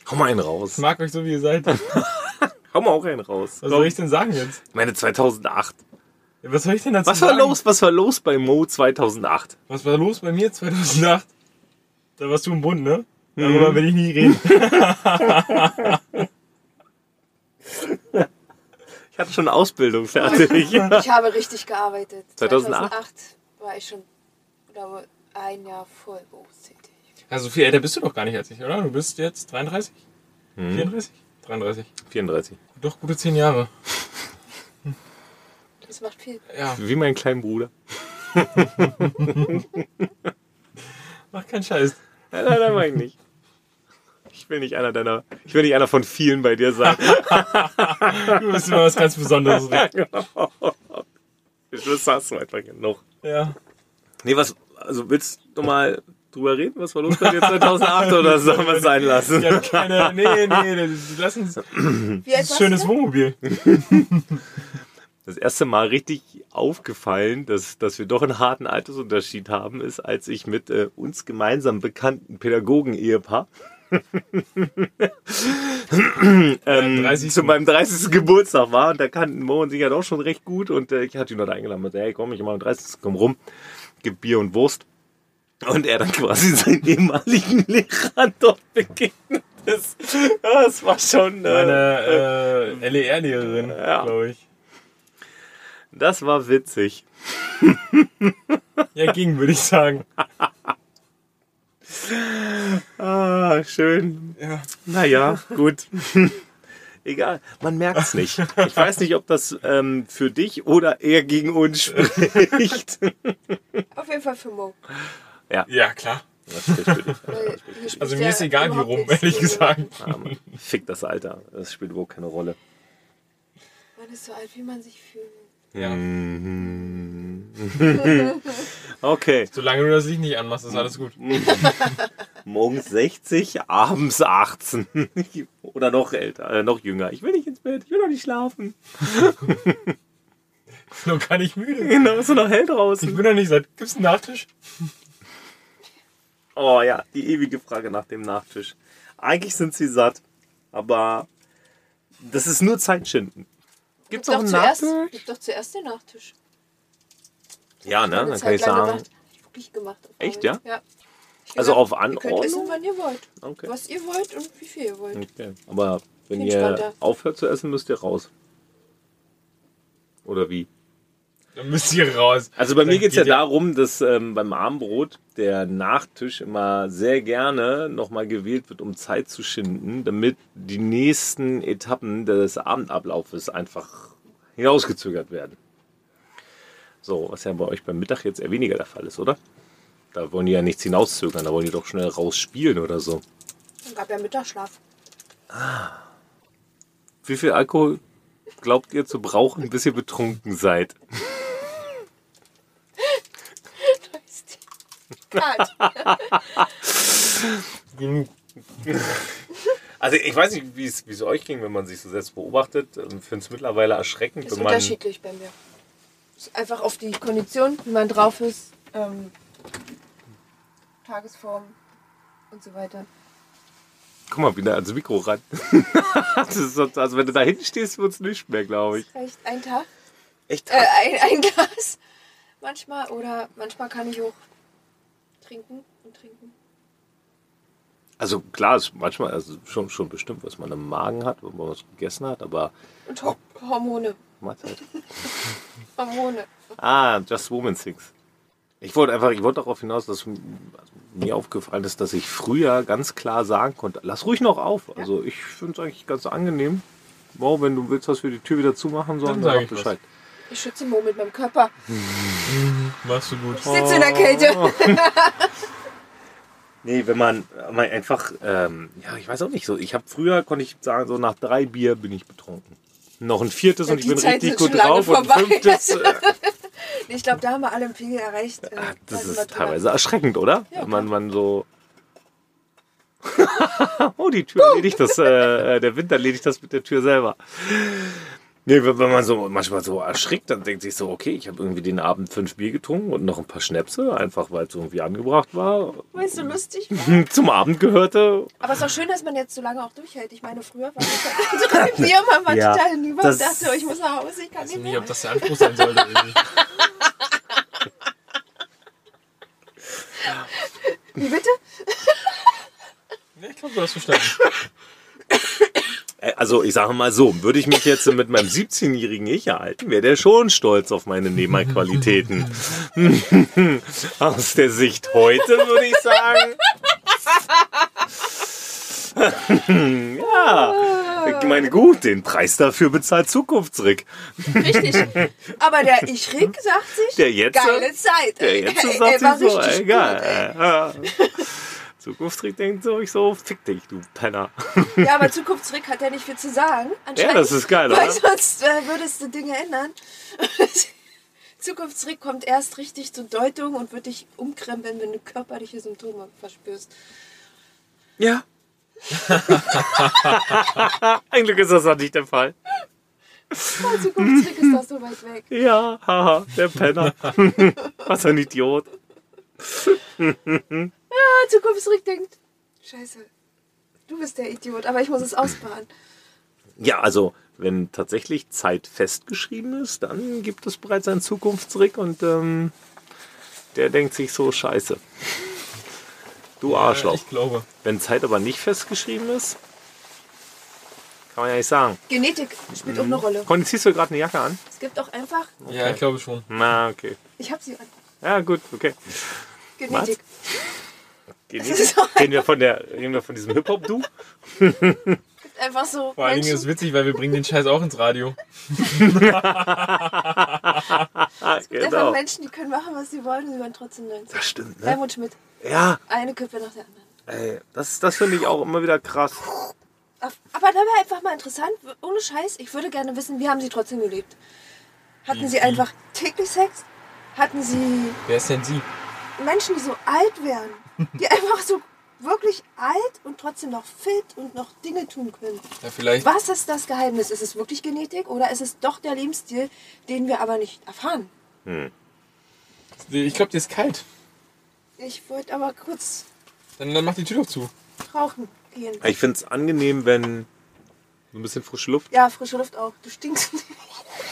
[SPEAKER 1] Hau mal einen raus.
[SPEAKER 3] Ich mag euch so wie ihr seid. Was
[SPEAKER 1] Hau mal auch einen raus.
[SPEAKER 3] soll ich denn sagen jetzt?
[SPEAKER 1] Ich meine 2008.
[SPEAKER 3] Ja, Was soll ich denn dazu
[SPEAKER 1] Was war
[SPEAKER 3] sagen?
[SPEAKER 1] los? Was war los bei Mo 2008?
[SPEAKER 3] Was war los bei mir 2008? Da warst du im Bund, ne? Darüber will ich nie reden.
[SPEAKER 1] Ich hatte schon Ausbildung fertig.
[SPEAKER 2] Ich habe richtig gearbeitet.
[SPEAKER 1] 2008?
[SPEAKER 2] 2008 war ich schon, glaube ein Jahr voll berufstätig.
[SPEAKER 3] Also viel älter bist du doch gar nicht als ich, oder? Du bist jetzt 33? 34? 33.
[SPEAKER 1] 34.
[SPEAKER 3] Mhm. Doch gute 10 Jahre.
[SPEAKER 2] Das macht viel.
[SPEAKER 3] Ja,
[SPEAKER 1] Wie mein kleiner Bruder.
[SPEAKER 3] mach keinen Scheiß.
[SPEAKER 1] Nein, nein, nein, mach ich nicht. Ich will nicht einer deiner. Ich will nicht einer von vielen bei dir sein.
[SPEAKER 3] Du bist immer was ganz Besonderes.
[SPEAKER 1] Geschwister hast du einfach genug.
[SPEAKER 3] Ja.
[SPEAKER 1] Nee, was. Also willst du mal drüber reden? Was war los bei dir 2008 oder sollen wir es sein lassen?
[SPEAKER 3] Ja, keine, nee, nee, lass uns
[SPEAKER 2] Wie alt
[SPEAKER 3] ein
[SPEAKER 2] warst
[SPEAKER 3] schönes
[SPEAKER 2] du?
[SPEAKER 3] Wohnmobil.
[SPEAKER 1] das erste Mal richtig aufgefallen, dass, dass wir doch einen harten Altersunterschied haben, ist, als ich mit äh, uns gemeinsam bekannten Pädagogen-Ehepaar ähm,
[SPEAKER 3] 30.
[SPEAKER 1] zu meinem 30. Geburtstag war und da kannten Mo und sich ja doch schon recht gut und äh, ich hatte ihn dort eingeladen und hey komm, ich mach am 30. komm rum, gib Bier und Wurst. Und er dann quasi seinen ehemaligen Lehrer dort begegnet ist. Ja, das war schon... Äh,
[SPEAKER 3] Meine äh, LER-Lehrerin,
[SPEAKER 1] Ja.
[SPEAKER 3] glaube ich.
[SPEAKER 1] das war witzig.
[SPEAKER 3] Ja, ging, würde ich sagen.
[SPEAKER 1] Ah, schön.
[SPEAKER 3] Ja.
[SPEAKER 1] Naja, gut. Egal, man merkt es nicht. Ich weiß nicht, ob das ähm, für dich oder eher gegen uns spricht.
[SPEAKER 2] Auf jeden Fall für Mo.
[SPEAKER 3] ja, klar.
[SPEAKER 1] Das spricht für dich.
[SPEAKER 2] Weil hier spielt
[SPEAKER 3] Also
[SPEAKER 2] ja
[SPEAKER 3] mir ist egal, wie
[SPEAKER 2] überhaupt
[SPEAKER 3] rum,
[SPEAKER 2] nichts
[SPEAKER 3] ehrlich
[SPEAKER 2] zu.
[SPEAKER 3] gesagt.
[SPEAKER 1] Ah, Mann. Fick das Alter, das spielt überhaupt keine Rolle.
[SPEAKER 2] Man ist so alt, wie man sich fühlt.
[SPEAKER 3] Ja.
[SPEAKER 1] Okay,
[SPEAKER 3] Solange du das Licht nicht anmachst, ist alles gut.
[SPEAKER 1] morgens 60, abends 18. Oder noch älter, äh, noch jünger. Ich will nicht ins Bett, ich will noch nicht schlafen.
[SPEAKER 3] Ich bin noch gar nicht müde.
[SPEAKER 1] Genau, ist doch noch hell
[SPEAKER 3] Ich
[SPEAKER 1] draußen.
[SPEAKER 3] bin noch nicht seit. Gibt's einen Nachtisch?
[SPEAKER 1] Oh ja, die ewige Frage nach dem Nachtisch. Eigentlich sind sie satt, aber das ist nur Zeitschinden. Gibt's auch
[SPEAKER 2] Doch
[SPEAKER 1] einen
[SPEAKER 2] zuerst,
[SPEAKER 1] Nachtisch?
[SPEAKER 2] gib doch zuerst den Nachtisch.
[SPEAKER 1] Ja, ne?
[SPEAKER 2] Eine
[SPEAKER 1] Dann kann ich
[SPEAKER 2] Zeit lang
[SPEAKER 1] sagen.
[SPEAKER 2] gedacht, hab ich wirklich gemacht. auf
[SPEAKER 1] Echt,
[SPEAKER 2] Arbeit. Ja. Ich
[SPEAKER 1] Also auf
[SPEAKER 2] gesagt, Ihr könnt essen,
[SPEAKER 1] Anordnung?
[SPEAKER 2] wann ihr wollt.
[SPEAKER 1] Okay. Hm.
[SPEAKER 2] Was ihr wollt und wie viel ihr wollt.
[SPEAKER 1] Okay. Aber wenn
[SPEAKER 2] Viel
[SPEAKER 1] ihr
[SPEAKER 2] entspannter.
[SPEAKER 1] aufhört zu essen, müsst ihr raus. Oder wie?
[SPEAKER 3] Dann müsst ihr raus.
[SPEAKER 1] Also bei mir
[SPEAKER 3] Dann
[SPEAKER 1] geht es ja
[SPEAKER 3] geht ihr-
[SPEAKER 1] darum, dass ähm, beim Armbrot der Nachtisch immer sehr gerne nochmal gewählt wird, um Zeit zu schinden, damit die nächsten Etappen des Abendablaufes einfach hinausgezögert werden. So, was ja bei euch beim Mittag jetzt eher weniger der Fall ist, oder? Da wollen die ja nichts hinauszögern, da wollen die doch schnell rausspielen oder so.
[SPEAKER 2] Dann gab ja Mittagsschlaf.
[SPEAKER 1] Wie viel Alkohol glaubt ihr zu brauchen, bis ihr betrunken seid?
[SPEAKER 2] Da ist die Karte.
[SPEAKER 3] Genug.
[SPEAKER 1] Also ich weiß nicht, wie es wie es euch ging, wenn man sich so selbst beobachtet. Ähm, Ich finde es mittlerweile erschreckend,
[SPEAKER 2] Ist
[SPEAKER 1] wenn man...
[SPEAKER 2] unterschiedlich bei mir. Ist einfach auf die Kondition, wie man drauf ist, ähm, Tagesform und so weiter.
[SPEAKER 1] Guck mal, wieder ans Mikro ran. das ist, so- also wenn du da hinten stehst, wird es nicht mehr, glaube ich.
[SPEAKER 2] Das reicht ein Tag,
[SPEAKER 1] Echt?
[SPEAKER 2] äh, ein, ein Glas manchmal oder manchmal kann ich auch trinken und trinken.
[SPEAKER 1] Also klar, ist manchmal also schon, schon bestimmt, was man im Magen hat, wenn man was gegessen hat, aber halt
[SPEAKER 2] Und Ho Hormone,
[SPEAKER 1] Mahlzeit.
[SPEAKER 2] Hormone.
[SPEAKER 1] Ah, Just Woman Six. Ich wollte einfach, ich wollte darauf hinaus, dass m- also mir aufgefallen ist, dass ich früher ganz klar sagen konnte, lass ruhig noch auf. Also ich finde es eigentlich ganz angenehm. Wow, wenn du willst, dass wir die Tür wieder zumachen sollen,
[SPEAKER 3] Dann
[SPEAKER 1] dann
[SPEAKER 3] sag
[SPEAKER 1] sag
[SPEAKER 3] ich was.
[SPEAKER 1] Bescheid.
[SPEAKER 2] Ich schütze Mo mit meinem Körper.
[SPEAKER 3] Machst du gut.
[SPEAKER 2] Ich sitze in der
[SPEAKER 1] Oh.
[SPEAKER 2] Kälte.
[SPEAKER 1] Nee, wenn man, man einfach, ähm, ja, ich weiß auch nicht so. Ich habe früher, konnte ich sagen, so nach drei Bier bin ich betrunken. Noch ein viertes
[SPEAKER 2] Ja,
[SPEAKER 1] und ich
[SPEAKER 2] die
[SPEAKER 1] bin
[SPEAKER 2] Zeit
[SPEAKER 1] richtig
[SPEAKER 2] ist
[SPEAKER 1] gut
[SPEAKER 2] schon lange
[SPEAKER 1] drauf und ein
[SPEAKER 2] vorbei.
[SPEAKER 1] fünftes. Äh,
[SPEAKER 2] Nee, Ich glaube, da haben wir alle einen Pegel erreicht. äh,
[SPEAKER 1] ah, das
[SPEAKER 2] sollten wir
[SPEAKER 1] ist
[SPEAKER 2] drüber-
[SPEAKER 1] teilweise erschreckend, oder?
[SPEAKER 2] Ja,
[SPEAKER 1] wenn man, man so. oh, die Tür erledigt das, äh, äh, der Wind erledigt das mit der Tür selber. Nee, wenn wenn man so manchmal so erschrickt, dann denkt sich so, okay, ich habe irgendwie den Abend fünf Bier getrunken und noch ein paar Schnäpse, einfach weil es irgendwie angebracht war,
[SPEAKER 2] Weil es so lustig war.
[SPEAKER 1] zum Abend gehörte
[SPEAKER 2] Aber es ist auch schön, dass man jetzt so lange auch durchhält. Ich meine, früher war ich drei, vier Mal war
[SPEAKER 1] Ja,
[SPEAKER 2] total hinüber
[SPEAKER 1] das- Also
[SPEAKER 2] und dachte, oh, ich muss nach Hause, ich kann
[SPEAKER 3] Ich weiß
[SPEAKER 2] nicht
[SPEAKER 3] nicht,
[SPEAKER 2] mehr.
[SPEAKER 3] ob das der Anspruch sein sollte. irgendwie.
[SPEAKER 2] Wie bitte?
[SPEAKER 3] Ja, ich glaube, du hast verstanden.
[SPEAKER 1] Äh, Also ich sage mal so, würde ich mich jetzt mit meinem 17-jährigen Ich erhalten, wäre der schon stolz auf meine Nehmerqualitäten. Aus der Sicht heute würde ich sagen. ja, ich meine gut, den Preis dafür bezahlt Zukunftsrick.
[SPEAKER 2] Richtig. Aber der Ich Rick sagt sich,
[SPEAKER 1] Der jetzt-
[SPEAKER 2] geile Zeit.
[SPEAKER 1] Der
[SPEAKER 2] ey.
[SPEAKER 1] jetzt
[SPEAKER 2] Ey,
[SPEAKER 1] sagt
[SPEAKER 2] Äh, war
[SPEAKER 1] sich so,
[SPEAKER 2] richtig
[SPEAKER 1] egal. Ja. Zukunftsrick denkt so, ich so, fick dich, du Penner.
[SPEAKER 2] gut, ey. Ja, aber Zukunftsrick hat ja nicht viel zu sagen.
[SPEAKER 1] Ja,
[SPEAKER 2] Anscheinend.
[SPEAKER 1] das ist geil, oder?
[SPEAKER 2] Weil sonst äh, würdest du Dinge ändern. Zukunftsrick kommt erst richtig zur Deutung und wird dich umkrempeln, wenn du körperliche Symptome verspürst.
[SPEAKER 1] Ja. Ein Glück ist das noch nicht der Fall.
[SPEAKER 2] Aber Ah, Zukunftsrick ist doch so weit weg.
[SPEAKER 1] Ja, haha, der Penner. Was ein Idiot.
[SPEAKER 2] Ah, Zukunftsrick denkt, scheiße, Du bist der Idiot, aber ich muss es ausbaden.
[SPEAKER 1] Ja, also wenn tatsächlich Zeit festgeschrieben ist, dann gibt es bereits einen Zukunftsrick und ähm, der denkt sich so scheiße. Du
[SPEAKER 3] Ja,
[SPEAKER 1] Arschloch.
[SPEAKER 3] ich glaube.
[SPEAKER 1] Wenn Zeit aber nicht festgeschrieben ist, kann man ja nicht sagen.
[SPEAKER 2] Genetik spielt auch eine Rolle.
[SPEAKER 1] Conny, ziehst du gerade eine Jacke an?
[SPEAKER 2] Es gibt auch einfach,
[SPEAKER 3] Ja, ich glaube schon.
[SPEAKER 1] Na, okay.
[SPEAKER 2] ich habe sie an.
[SPEAKER 1] Ja, gut, okay.
[SPEAKER 2] Genetik.
[SPEAKER 1] Gehen
[SPEAKER 2] ist so
[SPEAKER 1] wir, reden wir von, der, reden wir von diesem Hip-Hop-Du?
[SPEAKER 2] Gibt einfach so
[SPEAKER 3] Vor allen Dingen ist es
[SPEAKER 2] Menschen,
[SPEAKER 3] witzig, weil wir bringen den Scheiß auch ins Radio.
[SPEAKER 1] Ah,
[SPEAKER 2] einfach
[SPEAKER 1] genau.
[SPEAKER 2] Menschen, die können machen, was sie wollen und sie werden trotzdem 90.
[SPEAKER 1] Das stimmt, ne?
[SPEAKER 2] Helmut Schmidt,
[SPEAKER 1] Ja,
[SPEAKER 2] eine Kippe nach der anderen.
[SPEAKER 1] ey, das, das finde ich auch immer wieder krass.
[SPEAKER 2] Aber da wäre einfach mal interessant, ohne Scheiß, ich würde gerne wissen, wie haben sie trotzdem gelebt? Hatten sie einfach täglich Sex? Hatten sie
[SPEAKER 3] Wer ist denn sie?
[SPEAKER 2] Menschen, die so alt wären? Die einfach so wirklich alt und trotzdem noch fit und noch Dinge tun können.
[SPEAKER 3] Ja, vielleicht.
[SPEAKER 2] Was ist das Geheimnis? Ist es wirklich Genetik oder ist es doch der Lebensstil, den wir aber nicht erfahren?
[SPEAKER 3] Ich glaube, dir ist kalt.
[SPEAKER 2] Ich wollte aber kurz
[SPEAKER 3] Dann, dann mach die Tür doch zu.
[SPEAKER 2] rauchen gehen.
[SPEAKER 1] Ich finde es angenehm, wenn so ein bisschen frische Luft.
[SPEAKER 2] Ja, frische Luft auch. Du stinkst.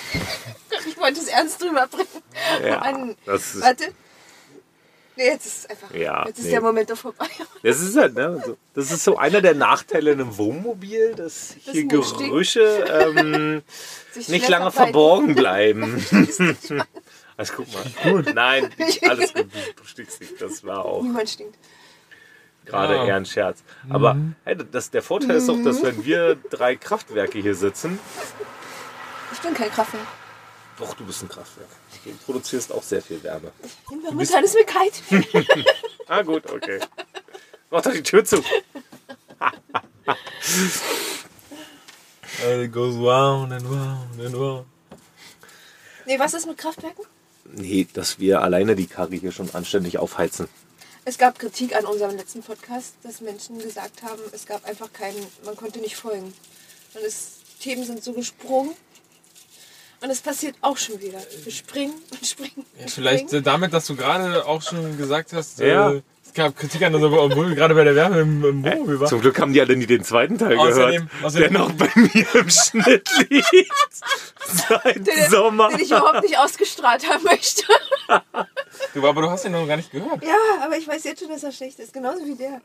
[SPEAKER 2] ich wollte es ernst drüber bringen.
[SPEAKER 1] Ja,
[SPEAKER 2] Mann.
[SPEAKER 1] das ist-
[SPEAKER 2] Warte. Nee, jetzt ist es einfach.
[SPEAKER 1] Ja,
[SPEAKER 2] jetzt ist
[SPEAKER 1] nee.
[SPEAKER 2] der Moment doch vorbei.
[SPEAKER 1] Das ist halt, ne? So, das ist so einer der Nachteile in einem Wohnmobil, dass
[SPEAKER 2] Das
[SPEAKER 1] hier
[SPEAKER 2] muss stinken.
[SPEAKER 1] Gerüche ähm,
[SPEAKER 2] Sich
[SPEAKER 1] nicht
[SPEAKER 2] schnell
[SPEAKER 1] lange
[SPEAKER 2] verbreiten.
[SPEAKER 1] verborgen bleiben. Also guck mal. Gut. Nein, alles gut. Du stinkst nicht. Das war auch
[SPEAKER 2] Niemand stinkt.
[SPEAKER 1] gerade
[SPEAKER 3] Ja.
[SPEAKER 1] eher ein Scherz. Aber hey, das, der Vorteil ist auch, dass
[SPEAKER 2] Mhm.
[SPEAKER 1] wenn wir drei Kraftwerke hier sitzen,
[SPEAKER 2] Ich bin kein Kraftwerk.
[SPEAKER 1] doch, du bist ein Kraftwerk. Du produzierst auch sehr viel Wärme.
[SPEAKER 2] Momentan ist mir kalt.
[SPEAKER 1] Ah, gut, okay. Mach doch die Tür zu.
[SPEAKER 3] It goes round and round and round.
[SPEAKER 2] Nee, was ist mit Kraftwerken?
[SPEAKER 1] Nee, dass wir alleine die Karre hier schon anständig aufheizen.
[SPEAKER 2] Es gab Kritik an unserem letzten Podcast, dass Menschen gesagt haben, es gab einfach keinen, man konnte nicht folgen. Und es, Themen sind so gesprungen. Und es passiert auch schon wieder. Wir springen und springen.
[SPEAKER 3] Ja,
[SPEAKER 2] und
[SPEAKER 3] vielleicht
[SPEAKER 2] springen.
[SPEAKER 3] äh, damit, dass du gerade auch schon gesagt hast,
[SPEAKER 1] Ja. Äh,
[SPEAKER 3] äh, es gab Kritik an unserer, obwohl wir gerade bei der Wärme im, im Wohnmobil waren.
[SPEAKER 1] Zum Glück haben die alle nie den zweiten Teil
[SPEAKER 3] Außerdem-
[SPEAKER 1] gehört,
[SPEAKER 3] außerdem-
[SPEAKER 1] der noch bei mir im Schnitt liegt. Seit
[SPEAKER 2] Den-
[SPEAKER 1] Sommer.
[SPEAKER 2] Den ich überhaupt nicht ausgestrahlt haben möchte.
[SPEAKER 3] Du, aber du hast ihn noch gar nicht gehört.
[SPEAKER 2] Ja, aber ich weiß jetzt schon, dass er schlecht ist. Genauso wie der.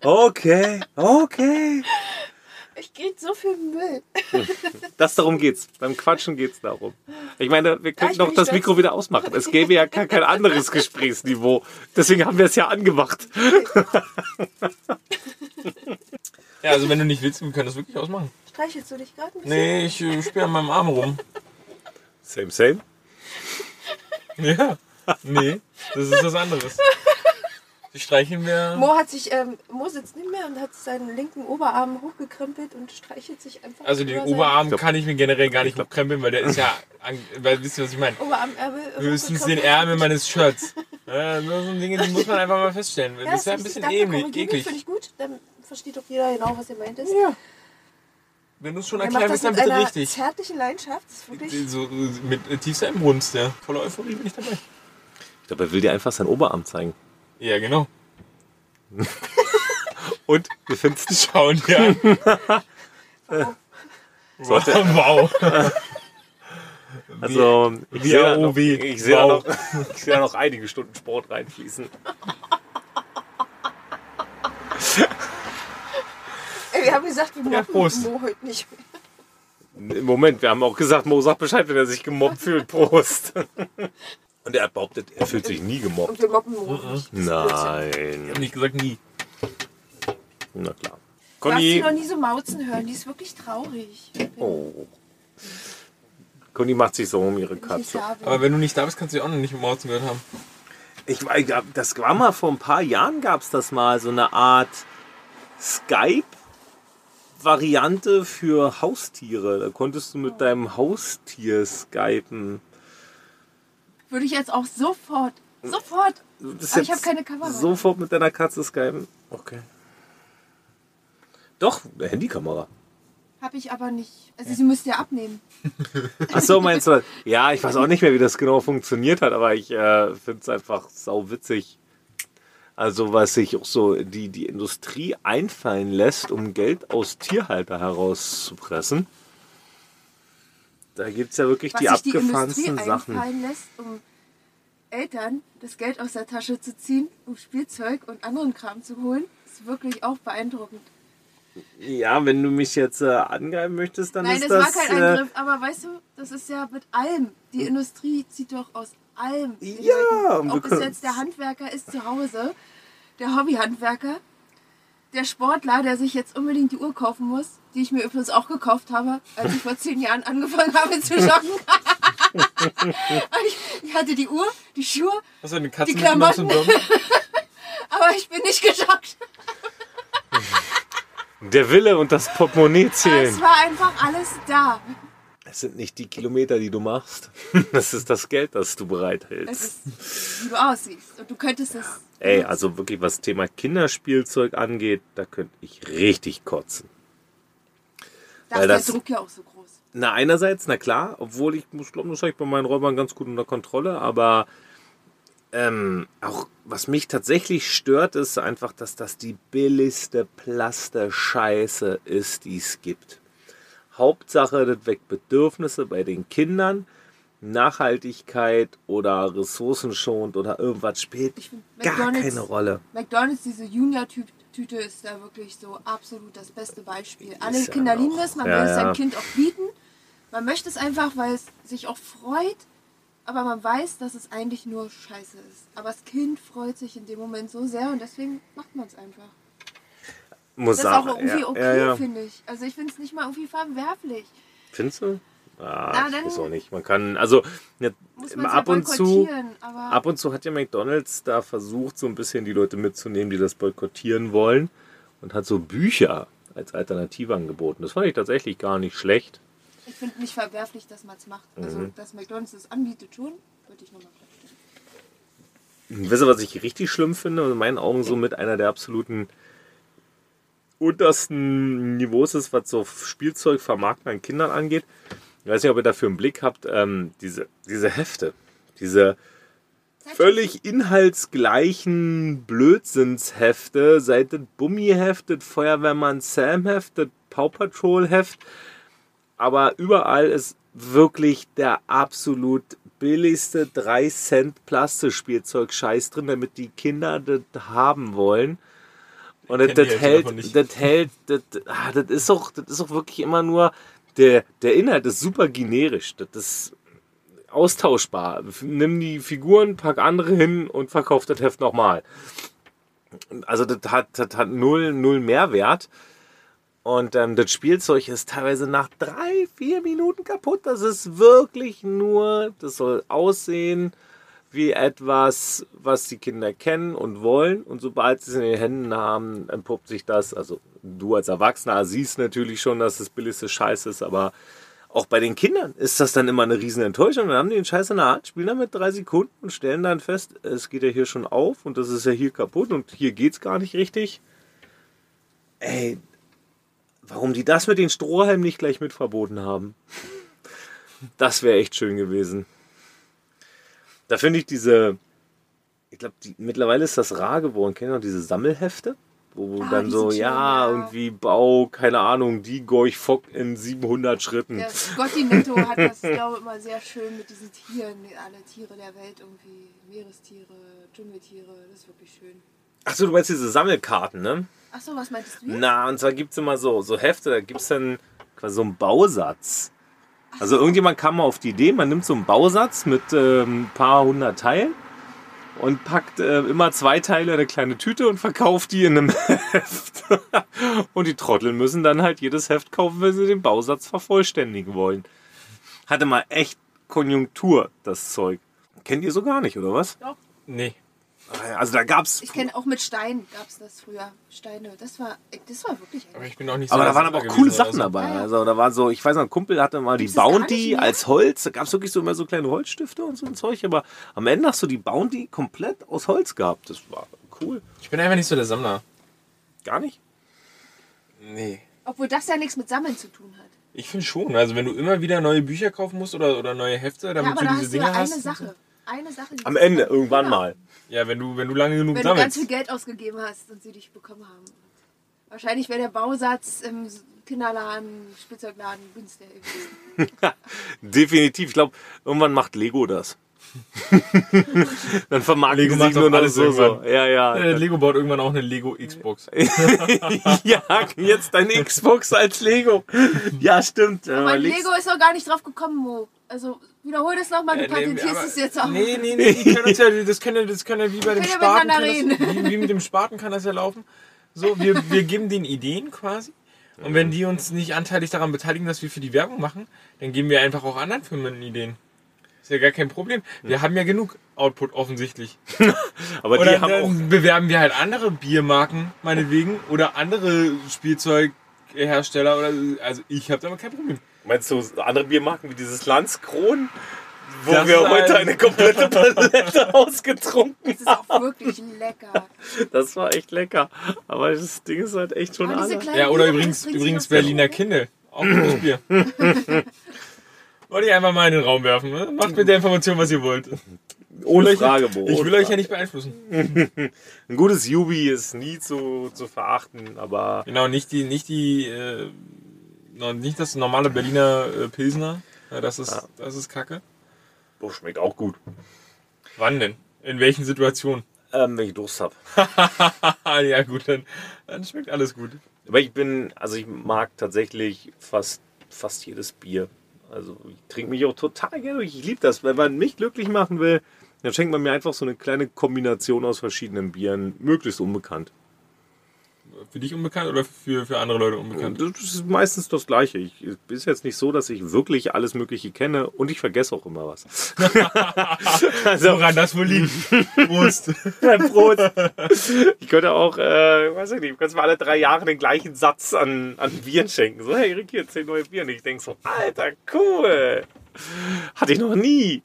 [SPEAKER 1] Okay, okay.
[SPEAKER 2] Ich krieg so viel Müll.
[SPEAKER 1] Das darum geht's. Beim Quatschen geht's darum. Ich meine, wir
[SPEAKER 2] Ja,
[SPEAKER 1] könnten
[SPEAKER 2] ich
[SPEAKER 1] doch
[SPEAKER 2] bin
[SPEAKER 1] das
[SPEAKER 2] stolz.
[SPEAKER 1] Mikro wieder ausmachen. Es gäbe ja kein, kein anderes Gesprächsniveau. Deswegen haben wir es ja angemacht.
[SPEAKER 3] Ja, also wenn du nicht willst, wir können das wirklich ausmachen.
[SPEAKER 2] Streichelst du dich gerade ein bisschen?
[SPEAKER 3] Nee, ich äh, spiele an meinem Arm rum.
[SPEAKER 1] Same, same.
[SPEAKER 3] Ja. Nee, das ist was anderes. Die streichen mir.
[SPEAKER 2] Mo hat sich, ähm, Mo sitzt nicht mehr und hat seinen linken Oberarm hochgekrempelt und streichelt sich einfach.
[SPEAKER 3] Also den
[SPEAKER 2] über seinen
[SPEAKER 3] Oberarm kann ich mir generell gar nicht hochkrempeln, weil der ist ja. an- Weil, wisst ihr, was ich meine?
[SPEAKER 2] Oberarmärmel.
[SPEAKER 3] Höchstens den
[SPEAKER 2] äh, hochgekrempelt.
[SPEAKER 3] Ärmel meines Shirts. Ja, das sind Dinge, die muss man einfach mal feststellen.
[SPEAKER 2] Ja,
[SPEAKER 3] das ist ja ein
[SPEAKER 2] richtig.
[SPEAKER 3] bisschen
[SPEAKER 2] Danke,
[SPEAKER 3] eklig.
[SPEAKER 2] korrigieren mich,
[SPEAKER 3] eklig.
[SPEAKER 2] Finde ich gut. Dann versteht doch jeder genau, was ihr meint. Ist.
[SPEAKER 3] Ja. Wenn du es schon
[SPEAKER 2] Er macht
[SPEAKER 3] erklärt
[SPEAKER 2] das
[SPEAKER 3] hast, dann
[SPEAKER 2] mit
[SPEAKER 3] bitte
[SPEAKER 2] einer
[SPEAKER 3] richtig.
[SPEAKER 2] zärtlichen Leidenschaft. Das ist wirklich.
[SPEAKER 3] So, mit äh, tiefster Imbrunst, ja. Voller Euphorie bin ich dabei.
[SPEAKER 1] Ich glaube, er will dir einfach seinen Oberarm zeigen.
[SPEAKER 3] Ja, genau.
[SPEAKER 1] Und wir finden's nicht.
[SPEAKER 3] Schauen dir an.
[SPEAKER 1] Sollte-
[SPEAKER 3] Wow.
[SPEAKER 1] Also, ich sehe da noch,
[SPEAKER 3] W.O.W..
[SPEAKER 1] ich sehe da
[SPEAKER 3] Wow.
[SPEAKER 1] noch, ich sehe da noch einige Stunden Sport reinfließen.
[SPEAKER 2] Ey, wir haben gesagt, wir mochten
[SPEAKER 3] Prost.
[SPEAKER 2] Mo heute nicht mehr.
[SPEAKER 1] Im Moment, wir haben auch gesagt, Mo sagt Bescheid, wenn er sich gemobbt fühlt. Prost. Und er behauptet, er fühlt sich nie gemobbt.
[SPEAKER 2] Und wir mobben Mo.
[SPEAKER 3] Mhm.
[SPEAKER 2] nicht.
[SPEAKER 1] Nein.
[SPEAKER 3] Nicht gesagt nie.
[SPEAKER 1] Na klar.
[SPEAKER 2] Du hast
[SPEAKER 1] Conny.
[SPEAKER 2] sie noch nie so mauzen hören. Die ist wirklich traurig.
[SPEAKER 1] Oh. Conny macht sich so um ihre
[SPEAKER 2] Wenn ich nicht
[SPEAKER 1] Katze.
[SPEAKER 2] da bin.
[SPEAKER 3] Aber wenn du nicht da bist, kannst du ja auch noch nicht mit Mauzen gehört haben.
[SPEAKER 1] Ich weiß, das war mal vor ein paar Jahren gab es das mal, so eine Art Skype-Variante für Haustiere. Da konntest du mit deinem Haustier skypen.
[SPEAKER 2] Würde ich jetzt auch sofort. Sofort.
[SPEAKER 1] Das ist
[SPEAKER 2] Aber ich
[SPEAKER 1] jetzt
[SPEAKER 2] hab keine Kamera.
[SPEAKER 1] Sofort mit deiner Katze skypen. Okay. Doch, eine Handykamera.
[SPEAKER 2] Habe ich aber nicht. Also sie müsste ja abnehmen.
[SPEAKER 1] Ach so, meinst du? Ja, ich weiß auch nicht mehr, wie das genau funktioniert hat, aber ich äh, finde es einfach sau witzig. Also was sich auch so die, die Industrie einfallen lässt, um Geld aus Tierhalter herauszupressen. Da gibt es ja wirklich
[SPEAKER 2] Was
[SPEAKER 1] die
[SPEAKER 2] sich die Industrie
[SPEAKER 1] abgefahrensten Sachen.
[SPEAKER 2] einfallen lässt, um Eltern das Geld aus der Tasche zu ziehen, um Spielzeug und anderen Kram zu holen, ist wirklich auch beeindruckend.
[SPEAKER 1] Ja, wenn du mich jetzt äh, angreifen möchtest, dann
[SPEAKER 2] Nein,
[SPEAKER 1] ist
[SPEAKER 2] das,
[SPEAKER 1] das.
[SPEAKER 2] war kein
[SPEAKER 1] äh, Hm.
[SPEAKER 2] Eingriff, aber weißt du, das ist ja mit allem. Die Industrie zieht doch aus allem. die
[SPEAKER 1] Ja, um
[SPEAKER 2] Leuten.
[SPEAKER 1] wir
[SPEAKER 2] Ob es
[SPEAKER 1] können-
[SPEAKER 2] jetzt der Handwerker ist zu Hause, der Hobbyhandwerker, der Sportler, der sich jetzt unbedingt die Uhr kaufen muss, die ich mir übrigens auch gekauft habe, als ich vor zehn Jahren angefangen habe zu joggen. ich, ich hatte die Uhr, die Schuhe,
[SPEAKER 3] Hast du eine Katze
[SPEAKER 2] Die
[SPEAKER 3] mitgenommen zum Joggen?
[SPEAKER 2] aber ich bin nicht gejoggt.
[SPEAKER 1] Der Wille und das Portemonnaie zählen.
[SPEAKER 2] Es war einfach alles da.
[SPEAKER 1] Es sind nicht die Kilometer, die du machst. Das ist das Geld, das du bereithältst.
[SPEAKER 2] Es ist, wie du aussiehst. Und du könntest es.
[SPEAKER 1] Ey, also wirklich, was Thema Kinderspielzeug angeht, da könnte ich richtig kotzen.
[SPEAKER 2] Da
[SPEAKER 1] weil
[SPEAKER 2] ist der
[SPEAKER 1] das-
[SPEAKER 2] Druck ja auch so groß.
[SPEAKER 1] Na, einerseits, na klar, obwohl ich muss glauben, das habe ich bei meinen Räubern ganz gut unter Kontrolle, aber ähm, auch was mich tatsächlich stört, ist einfach, dass das die billigste Plaster-Scheiße ist, die es gibt. Hauptsache, das weckt Bedürfnisse bei den Kindern. Nachhaltigkeit oder ressourcenschonend oder irgendwas spielt
[SPEAKER 2] Ich find
[SPEAKER 1] gar
[SPEAKER 2] McDonald's-
[SPEAKER 1] keine Rolle.
[SPEAKER 2] McDonalds, diese Junior-Tüte ist da wirklich so absolut das beste Beispiel. Alle
[SPEAKER 1] ja
[SPEAKER 2] Kinder lieben
[SPEAKER 1] noch-
[SPEAKER 2] das, man
[SPEAKER 1] ja,
[SPEAKER 2] will es
[SPEAKER 1] ja.
[SPEAKER 2] seinem Kind auch bieten. Man möchte es einfach, weil es sich auch freut, aber man weiß, dass es eigentlich nur Scheiße ist. Aber das Kind freut sich in dem Moment so sehr und deswegen macht man es einfach.
[SPEAKER 1] Muss
[SPEAKER 2] Das ist auch
[SPEAKER 1] sagen,
[SPEAKER 2] irgendwie
[SPEAKER 1] ja,
[SPEAKER 2] okay,
[SPEAKER 1] ja, ja.
[SPEAKER 2] finde ich. Also ich finde es nicht mal irgendwie verwerflich.
[SPEAKER 1] Findest du? Ah,
[SPEAKER 2] Na,
[SPEAKER 1] ich
[SPEAKER 2] dann-
[SPEAKER 1] weiß auch nicht. Man kann, also ja,
[SPEAKER 2] Muss man
[SPEAKER 1] ab und zu,
[SPEAKER 2] aber
[SPEAKER 1] ab und zu hat ja McDonald's da versucht, so ein bisschen die Leute mitzunehmen, die das boykottieren wollen, und hat so Bücher als Alternative angeboten. Das fand ich tatsächlich gar nicht schlecht.
[SPEAKER 2] ich finde nicht verwerflich, dass man es macht. Also
[SPEAKER 1] Mhm.
[SPEAKER 2] dass McDonalds das anbietet schon, würde ich nochmal klarstellen.
[SPEAKER 1] Wisst ihr, was ich richtig schlimm finde? Und In meinen Augen so mit einer der absoluten untersten Niveaus ist, was so Spielzeugvermarkten an Kindern angeht. Ich weiß nicht, ob ihr dafür einen Blick habt, ähm, diese, diese Hefte, diese völlig inhaltsgleichen Blödsinnshefte, seit das Bummiheft, das Feuerwehrmann Sam Heft, das Paw Patrol Heft, aber überall ist wirklich der absolut billigste 3 Cent Plastikspielzeug Scheiß drin, damit die Kinder das haben wollen. Und das,
[SPEAKER 3] kenn die
[SPEAKER 1] das hält,
[SPEAKER 3] Eltern davon nicht.
[SPEAKER 1] das hält, das, ah, das ist auch, das ist auch wirklich immer nur, der, der Inhalt ist super generisch. Das ist austauschbar. Nimm die Figuren, pack andere hin und verkauf das Heft nochmal. Also das hat, das hat null, null Mehrwert. Und ähm, das Spielzeug ist teilweise nach drei, vier Minuten kaputt. Das ist wirklich nur, das soll aussehen wie etwas, was die Kinder kennen und wollen. Und sobald sie es in den Händen haben, entpuppt sich das. Also du als Erwachsener siehst natürlich schon, dass das billigste Scheiß ist, aber auch bei den Kindern ist das dann immer eine riesen Enttäuschung. Dann haben die den Scheiß in der Hand, spielen damit drei Sekunden und stellen dann fest, es geht ja hier schon auf und das ist ja hier kaputt und hier geht's gar nicht richtig. Ey, warum die das mit den Strohhalmen nicht gleich mit verboten haben? Das wäre echt schön gewesen. Da finde ich diese, ich glaube, die, mittlerweile ist das rar geworden. Kennt ihr noch diese Sammelhefte? Wo
[SPEAKER 2] Ah,
[SPEAKER 1] dann
[SPEAKER 2] die
[SPEAKER 1] so,
[SPEAKER 2] sind schön,
[SPEAKER 1] ja,
[SPEAKER 2] ja.
[SPEAKER 1] irgendwie Bau, keine Ahnung, die Gorch Fock in 700 Schritten.
[SPEAKER 2] Der Gotti Netto hat das, glaube ich, immer sehr schön mit diesen Tieren, alle Tiere der Welt irgendwie, Meerestiere, Dschungeltiere, das ist wirklich schön.
[SPEAKER 1] Achso, du meinst diese Sammelkarten, ne?
[SPEAKER 2] Achso, was meintest du? jetzt?
[SPEAKER 1] Na, und zwar gibt es immer so, so Hefte, da gibt es dann quasi so einen Bausatz. Also irgendjemand kam mal auf die Idee, man nimmt so einen Bausatz mit ähm, ein paar hundert Teilen und packt äh, immer zwei Teile in eine kleine Tüte und verkauft die in einem Heft. und die Trotteln müssen dann halt jedes Heft kaufen, wenn sie den Bausatz vervollständigen wollen. Hatte mal echt Konjunktur, das Zeug. Kennt ihr so gar nicht, oder was?
[SPEAKER 2] Doch,
[SPEAKER 3] Nee.
[SPEAKER 1] Also da gab's.
[SPEAKER 2] ich kenne auch mit Stein gab es das früher. Steine, das war, das war wirklich
[SPEAKER 3] Aber
[SPEAKER 2] ein
[SPEAKER 3] ich bin auch nicht
[SPEAKER 1] Aber
[SPEAKER 3] so
[SPEAKER 1] da waren aber auch coole
[SPEAKER 3] gewesen oder
[SPEAKER 1] Sachen
[SPEAKER 3] so.
[SPEAKER 1] dabei.
[SPEAKER 2] Ja, ja.
[SPEAKER 1] Also da war so, ich weiß noch, ein Kumpel hatte mal die
[SPEAKER 2] Gibt's das gar nicht
[SPEAKER 1] Bounty
[SPEAKER 2] mehr?
[SPEAKER 1] als Holz. Da gab es wirklich so immer so kleine Holzstifte und so ein Zeug. Aber am Ende hast du die Bounty komplett aus Holz gehabt. Das war cool.
[SPEAKER 3] Ich bin einfach nicht so der Sammler.
[SPEAKER 1] Gar nicht?
[SPEAKER 3] Nee.
[SPEAKER 2] Obwohl das ja nichts mit Sammeln zu tun hat.
[SPEAKER 3] Ich finde schon. Also wenn du immer wieder neue Bücher kaufen musst oder, oder neue Hefte,
[SPEAKER 2] Ja,
[SPEAKER 3] damit
[SPEAKER 2] aber
[SPEAKER 3] du
[SPEAKER 2] da
[SPEAKER 3] diese
[SPEAKER 2] hast du ja
[SPEAKER 3] Dinge
[SPEAKER 2] eine
[SPEAKER 3] hast.
[SPEAKER 2] Sache.
[SPEAKER 4] eine Sache. die-
[SPEAKER 1] Am Ende, irgendwann
[SPEAKER 4] Genau.
[SPEAKER 1] mal.
[SPEAKER 3] Ja, wenn du, wenn du lange genug
[SPEAKER 4] Wenn du ganz
[SPEAKER 3] sammelst.
[SPEAKER 4] viel Geld ausgegeben hast und sie dich bekommen haben. Wahrscheinlich wäre der Bausatz im Kinderladen, Spielzeugladen günstiger gewesen.
[SPEAKER 1] Definitiv. Ich glaube, irgendwann macht Lego das. Dann vermarkten
[SPEAKER 3] Lego
[SPEAKER 1] Lego sie
[SPEAKER 3] macht
[SPEAKER 1] nur
[SPEAKER 3] doch
[SPEAKER 1] noch
[SPEAKER 3] alles
[SPEAKER 1] so, so.
[SPEAKER 3] irgendwann.
[SPEAKER 1] Ja,
[SPEAKER 3] Äh,
[SPEAKER 1] ja.
[SPEAKER 3] Lego baut irgendwann auch eine Lego Xbox.
[SPEAKER 1] ja, jetzt deine Xbox als Lego. Ja, stimmt. Äh, Wenn
[SPEAKER 4] Mein
[SPEAKER 1] man legst-
[SPEAKER 4] Lego ist noch gar nicht drauf gekommen, Mo. Also wiederhol das nochmal, du
[SPEAKER 3] Äh, nee,
[SPEAKER 4] patentierst
[SPEAKER 3] aber-
[SPEAKER 4] es jetzt auch.
[SPEAKER 3] Nee, nee, nee, die können uns ja, das können, ja- das können ja wie bei dem
[SPEAKER 4] Können ja
[SPEAKER 3] Spaten, kann
[SPEAKER 4] miteinander
[SPEAKER 3] das, wie, wie mit dem Spaten kann das ja laufen. So, wir, wir geben denen Ideen quasi. Und wenn die uns nicht anteilig daran beteiligen, dass wir für die Werbung machen, dann geben wir einfach auch anderen Firmen Ideen. Ist ja gar kein Problem. Wir haben ja genug Output offensichtlich.
[SPEAKER 1] Aber die
[SPEAKER 3] Oder
[SPEAKER 1] haben auch.
[SPEAKER 3] dann bewerben wir halt andere Biermarken, meinetwegen, oder andere Spielzeughersteller. Oder, also ich habe damit kein Problem.
[SPEAKER 1] Meinst du andere Biermarken wie dieses Landskron? Wo
[SPEAKER 3] Das
[SPEAKER 1] wir
[SPEAKER 3] ist
[SPEAKER 1] heute
[SPEAKER 3] ein-
[SPEAKER 1] eine komplette Palette ausgetrunken
[SPEAKER 4] Das ist auch wirklich lecker.
[SPEAKER 1] Das war echt lecker. Aber das Ding ist halt echt schon
[SPEAKER 4] Aber diese
[SPEAKER 1] alle.
[SPEAKER 4] kleinen
[SPEAKER 3] Ja, oder
[SPEAKER 4] Dinger, das
[SPEAKER 3] übrigens,
[SPEAKER 4] bringt sie
[SPEAKER 3] übrigens
[SPEAKER 4] noch so
[SPEAKER 3] Berliner
[SPEAKER 4] hoch.
[SPEAKER 3] Kindle. Auch ein gutes Bier. Wollte ich einfach mal in den Raum werfen. Ne? Macht mit der Information, was ihr wollt.
[SPEAKER 1] Ohne
[SPEAKER 3] euch-
[SPEAKER 1] Frage, Bo.
[SPEAKER 3] Ich
[SPEAKER 1] ohne
[SPEAKER 3] will euch ja
[SPEAKER 1] Frage.
[SPEAKER 3] nicht beeinflussen.
[SPEAKER 1] Ein gutes Yubi ist nie zu, zu verachten, aber
[SPEAKER 3] Genau, nicht die, nicht die, äh, no- nicht das normale Berliner äh, Pilsner. Ja, das ist, das ist Kacke.
[SPEAKER 1] Bo oh, schmeckt auch gut.
[SPEAKER 3] Wann denn? In welchen Situationen?
[SPEAKER 1] Ähm, wenn ich Durst habe.
[SPEAKER 3] Ah, ja gut, dann, dann schmeckt alles gut.
[SPEAKER 1] Aber ich bin, also ich mag tatsächlich fast, fast jedes Bier. Also ich trinke mich auch total gerne. durch. Ich liebe das. Wenn man mich glücklich machen will, dann schenkt man mir einfach so eine kleine Kombination aus verschiedenen Bieren, möglichst unbekannt.
[SPEAKER 3] Für dich unbekannt oder für, für andere Leute unbekannt?
[SPEAKER 1] Das ist meistens das Gleiche. Ich es ist jetzt nicht so, dass ich wirklich alles Mögliche kenne und ich vergesse auch immer was. also,
[SPEAKER 3] Woran das wohl liegt? Prost.
[SPEAKER 1] mein Brot. Ich könnte auch, äh, weiß ich nicht, kannst mir alle drei Jahre den gleichen Satz an, an Bieren schenken. So, hey, Rick, hier zehn neue Bier. Und ich denke so, alter, cool. Hatte ich noch nie.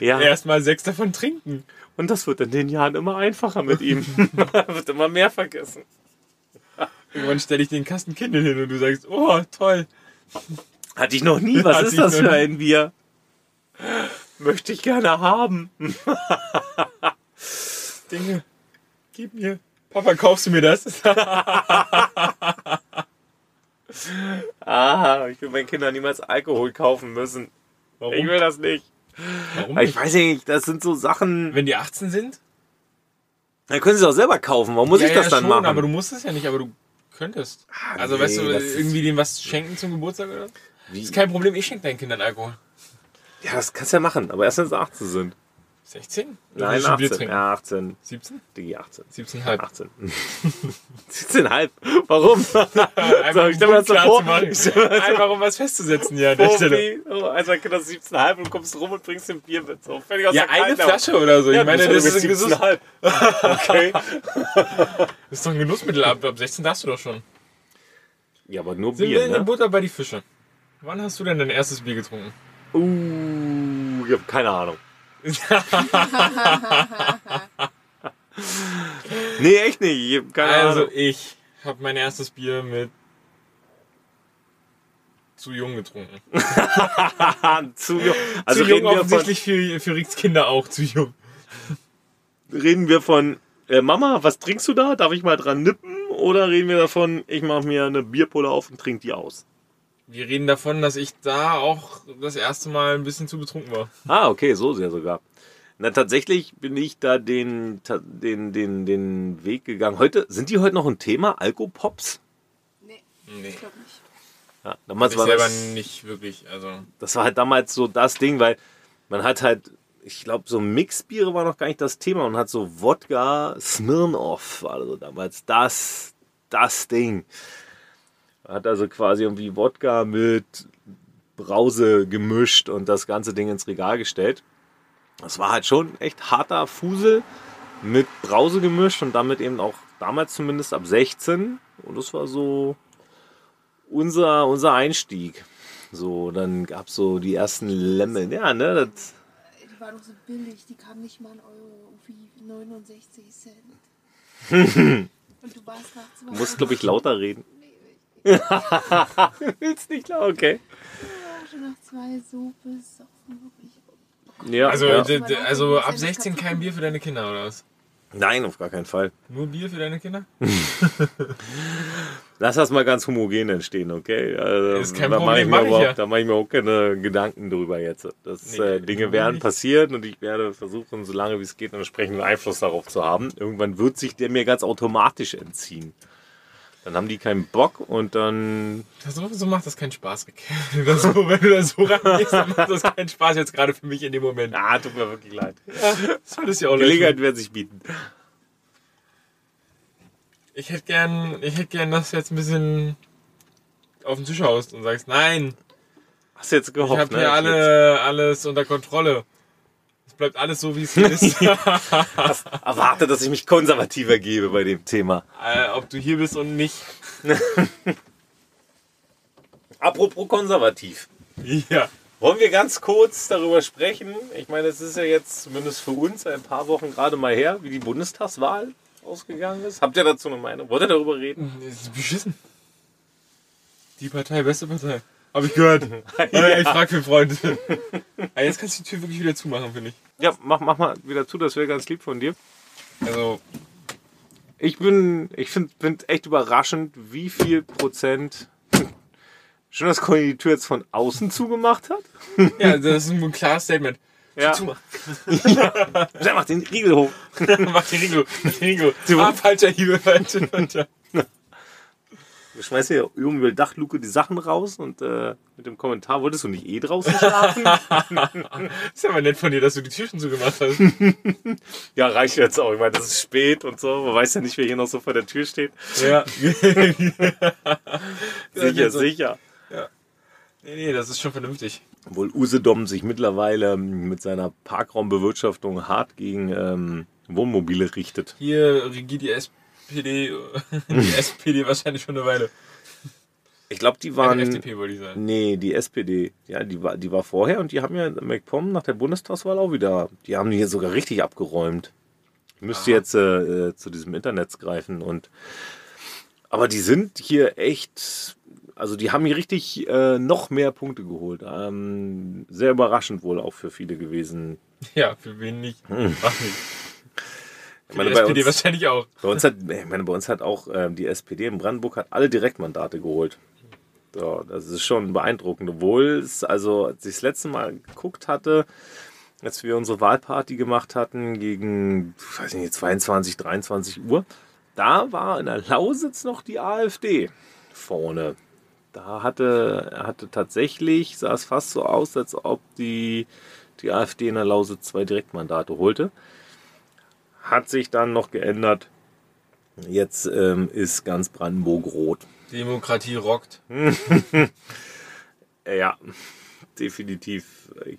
[SPEAKER 1] ja,
[SPEAKER 3] Erstmal sechs davon trinken.
[SPEAKER 1] und das wird in den Jahren immer einfacher mit ihm. wird immer mehr vergessen.
[SPEAKER 3] Irgendwann stelle ich den Kasten Kindle hin und du sagst, oh, toll.
[SPEAKER 1] Hatte ich noch nie. Was
[SPEAKER 3] Hatte
[SPEAKER 1] ist
[SPEAKER 3] ich
[SPEAKER 1] das
[SPEAKER 3] noch
[SPEAKER 1] für
[SPEAKER 3] nie.
[SPEAKER 1] ein Bier? Möchte ich gerne haben.
[SPEAKER 3] Dinge, gib mir. Papa, kaufst du mir das?
[SPEAKER 1] Ah, ich will meinen Kindern niemals Alkohol kaufen müssen. Ich
[SPEAKER 3] Warum?
[SPEAKER 1] will das nicht.
[SPEAKER 3] Warum
[SPEAKER 1] Ich
[SPEAKER 3] nicht?
[SPEAKER 1] weiß nicht, das sind so Sachen.
[SPEAKER 3] Wenn die 18 sind?
[SPEAKER 1] Dann können sie es auch selber kaufen. Warum muss
[SPEAKER 3] Ja,
[SPEAKER 1] ich das
[SPEAKER 3] ja,
[SPEAKER 1] dann
[SPEAKER 3] schon,
[SPEAKER 1] machen? Ah,
[SPEAKER 3] Aber du musst es ja nicht, aber du könntest. also,
[SPEAKER 1] nee,
[SPEAKER 3] weißt du,
[SPEAKER 1] das ist-
[SPEAKER 3] irgendwie denen was schenken zum Geburtstag oder so?
[SPEAKER 1] Wie?
[SPEAKER 3] Ist kein Problem, ich schenke deinen Kindern Alkohol.
[SPEAKER 1] ja, das kannst du ja machen, aber erst wenn sie 18 sind.
[SPEAKER 3] 16? Du
[SPEAKER 1] Nein,
[SPEAKER 3] willst schon Bier
[SPEAKER 1] 18.
[SPEAKER 3] trinken.
[SPEAKER 1] Ja, 18.
[SPEAKER 3] 17?
[SPEAKER 1] Digi, 18.
[SPEAKER 3] 17,5.
[SPEAKER 1] 18. 17,5. Warum? so, ich
[SPEAKER 3] Einfach,
[SPEAKER 1] stell
[SPEAKER 3] um
[SPEAKER 1] mir das so
[SPEAKER 3] klar
[SPEAKER 1] vor.
[SPEAKER 3] zu machen.
[SPEAKER 1] Ich stell mir das so
[SPEAKER 3] Einfach, um was festzusetzen hier an der
[SPEAKER 1] vor,
[SPEAKER 3] Stelle.
[SPEAKER 1] wie, oh, also Kind, das ist 17,5 und kommst rum und bringst ein Bier mit. So, völlig aus
[SPEAKER 3] Ja,
[SPEAKER 1] der
[SPEAKER 3] eine
[SPEAKER 1] Kalten.
[SPEAKER 3] Flasche oder so. Ich
[SPEAKER 1] Ja,
[SPEAKER 3] meine,
[SPEAKER 1] du
[SPEAKER 3] das
[SPEAKER 1] bist
[SPEAKER 3] ist, ein Genuss,
[SPEAKER 1] 17,5. Okay.
[SPEAKER 3] das ist doch ein Genussmittel. Ab, ab 16 darfst du doch schon.
[SPEAKER 1] Ja, aber nur
[SPEAKER 3] Sind wir
[SPEAKER 1] Bier,
[SPEAKER 3] in der
[SPEAKER 1] ne?
[SPEAKER 3] Butter bei die Fische? Wann hast du denn dein erstes Bier getrunken?
[SPEAKER 1] Uh, ich hab keine Ahnung. nee, echt nicht. Ich hab keine
[SPEAKER 3] Also
[SPEAKER 1] Ahnung.
[SPEAKER 3] ich habe mein erstes Bier mit zu jung getrunken.
[SPEAKER 1] Ah, zu jung. Also
[SPEAKER 3] zu jung
[SPEAKER 1] reden wir von
[SPEAKER 3] offensichtlich für, für Ricks Kinder auch zu jung.
[SPEAKER 1] reden wir von äh, Mama, was trinkst du da? Darf ich mal dran nippen? Oder reden wir davon, ich mache mir eine Bierpulle auf und trink die aus?
[SPEAKER 3] Wir reden davon, dass ich da auch das erste Mal ein bisschen zu betrunken war.
[SPEAKER 1] Ah, okay, so sehr sogar. Na, tatsächlich bin ich da den, ta- den, den, den Weg gegangen. Heute, sind die heute noch ein Thema? Alkopops?
[SPEAKER 4] Nee,
[SPEAKER 3] Nee.
[SPEAKER 4] ich glaube nicht.
[SPEAKER 1] Ja, damals
[SPEAKER 3] Ich
[SPEAKER 1] war
[SPEAKER 3] selber
[SPEAKER 1] das,
[SPEAKER 3] nicht wirklich. Also
[SPEAKER 1] das war halt damals so das Ding, weil man hat halt, ich glaube, so Mixbiere war noch gar nicht das Thema und hat so Wodka, Smirnoff war also damals das, das Ding. Hat also quasi irgendwie Wodka mit Brause gemischt und das ganze Ding ins Regal gestellt. Das war halt schon echt harter Fusel mit Brause gemischt und damit eben auch damals zumindest ab 16. Und das war so unser, unser Einstieg. So, dann gab es so die ersten Lemon. Ja, ne, das,
[SPEAKER 4] Die waren doch so billig, die kamen nicht mal einen Euro, irgendwie 69 Cent. Und du warst nachts
[SPEAKER 1] Du musst, glaube ich, lauter reden.
[SPEAKER 4] Nee, ich
[SPEAKER 1] Willst nicht lauter, okay.
[SPEAKER 4] war schon nach zwei so besoffen. wirklich.
[SPEAKER 1] Ja,
[SPEAKER 3] Also,
[SPEAKER 1] ja.
[SPEAKER 3] d- d- also ab 16 kein Bier für deine Kinder, oder was?
[SPEAKER 1] Nein, auf gar keinen Fall.
[SPEAKER 3] Nur Bier für deine Kinder?
[SPEAKER 1] Lass das mal ganz homogen entstehen, okay? Also,
[SPEAKER 3] Ist kein
[SPEAKER 1] da mach
[SPEAKER 3] Problem,
[SPEAKER 1] ich mir
[SPEAKER 3] mach ich
[SPEAKER 1] überhaupt-
[SPEAKER 3] ja.
[SPEAKER 1] Da mache ich mir auch keine Gedanken drüber jetzt. Das,
[SPEAKER 3] Nee,
[SPEAKER 1] äh, Dinge
[SPEAKER 3] du
[SPEAKER 1] werden
[SPEAKER 3] nicht.
[SPEAKER 1] passiert und ich werde versuchen, so lange wie es geht, einen entsprechenden Einfluss darauf zu haben. Irgendwann wird sich der mir ganz automatisch entziehen. Dann haben die keinen Bock und dann
[SPEAKER 3] Das, so- so macht das keinen Spaß, Rick. Wenn du da so, wenn du da so rangehst, dann macht das keinen Spaß jetzt gerade für mich in dem Moment.
[SPEAKER 1] Ah, tut mir wirklich leid.
[SPEAKER 3] Das solltest du ja auch
[SPEAKER 1] Gelegenheit
[SPEAKER 3] löschen.
[SPEAKER 1] wird sich bieten.
[SPEAKER 3] Ich hätte gern, ich hätte gern, dass du jetzt ein bisschen auf den Tisch haust und sagst, nein,
[SPEAKER 1] Hast du jetzt
[SPEAKER 3] ich
[SPEAKER 1] gehofft,
[SPEAKER 3] habe
[SPEAKER 1] ne?
[SPEAKER 3] hier alle, alles unter Kontrolle. Es bleibt alles so, wie es hier ist.
[SPEAKER 1] Jetzt Erwarte, dass ich mich konservativer gebe bei dem Thema.
[SPEAKER 3] äh, ob du hier bist und nicht.
[SPEAKER 1] Apropos konservativ.
[SPEAKER 3] Ja.
[SPEAKER 1] Wollen wir ganz kurz darüber sprechen? Ich meine, es ist ja jetzt zumindest für uns ein paar Wochen gerade mal her, wie die Bundestagswahl ausgegangen ist. Habt ihr dazu eine Meinung? Wollt ihr darüber reden?
[SPEAKER 3] Das ist beschissen. Die Partei, beste Partei. Hab ich gehört. Äh, Ich frag für einen Freund. Aber jetzt kannst du die Tür wirklich wieder zumachen, finde ich.
[SPEAKER 1] Ja, mach, mach mal wieder zu, das wäre ganz lieb von dir.
[SPEAKER 3] Also,
[SPEAKER 1] Ich bin, ich finde find echt überraschend, wie viel Prozent schon das Conny die Tür jetzt von außen zugemacht hat.
[SPEAKER 3] ja, das ist ein klares Statement.
[SPEAKER 1] Ja.
[SPEAKER 3] Zumachen.
[SPEAKER 1] Dann mach den Riegel hoch.
[SPEAKER 3] Mach die Ringo. Mach die Ringo.
[SPEAKER 1] Zu-
[SPEAKER 3] Ah, falscher Hiebe, falscher, falscher.
[SPEAKER 1] Du schmeißt hier oben über die Dachluke die Sachen raus und äh, mit dem Kommentar wolltest du nicht eh draußen schlafen?
[SPEAKER 3] Ist ja mal nett von dir, dass du die Tür schon zugemacht hast.
[SPEAKER 1] ja, reicht jetzt auch. Ich meine, das ist spät und so. Man weiß ja nicht, wer hier noch so vor der Tür steht.
[SPEAKER 3] Ja.
[SPEAKER 1] Sicher,
[SPEAKER 3] so.
[SPEAKER 1] sicher.
[SPEAKER 3] Nee, nee, das ist schon vernünftig.
[SPEAKER 1] Obwohl Usedom sich mittlerweile ähm, mit seiner Parkraumbewirtschaftung hart gegen ähm, Wohnmobile richtet.
[SPEAKER 3] Hier regiert die SPD, die SPD wahrscheinlich schon eine Weile.
[SPEAKER 1] Ich glaube, die
[SPEAKER 3] Eine
[SPEAKER 1] waren.
[SPEAKER 3] FDP wollte ich sagen.
[SPEAKER 1] Nee, die SPD. Ja, die war, die war vorher und die haben ja in MacPom nach der Bundestagswahl auch wieder. Die haben hier sogar richtig abgeräumt. Ich müsste jetzt äh, äh, zu diesem Internet greifen und. Aber die sind hier echt. Also die haben hier richtig äh, noch mehr Punkte geholt. Ähm, sehr überraschend wohl auch für viele gewesen.
[SPEAKER 3] Ja, für wen nicht? Mach nicht.
[SPEAKER 1] Hm. Ich
[SPEAKER 3] Für
[SPEAKER 1] bei
[SPEAKER 3] die SPD
[SPEAKER 1] uns-
[SPEAKER 3] wahrscheinlich auch.
[SPEAKER 1] Bei uns hat, ich meine, bei uns hat auch ähm, die SPD in Brandenburg hat alle Direktmandate geholt. So, das ist schon beeindruckend. Obwohl es, also als ich das letzte Mal geguckt hatte, als wir unsere Wahlparty gemacht hatten gegen, ich weiß nicht, 22, 23 Uhr, da war in der Lausitz noch die AfD vorne. Da hatte, hatte tatsächlich, sah es fast so aus, als ob die, die AfD in der Lausitz zwei Direktmandate holte hat sich dann noch geändert. Jetzt ähm, ist ganz Brandenburg rot.
[SPEAKER 3] Demokratie rockt.
[SPEAKER 1] Äh, Ja, definitiv. Ich,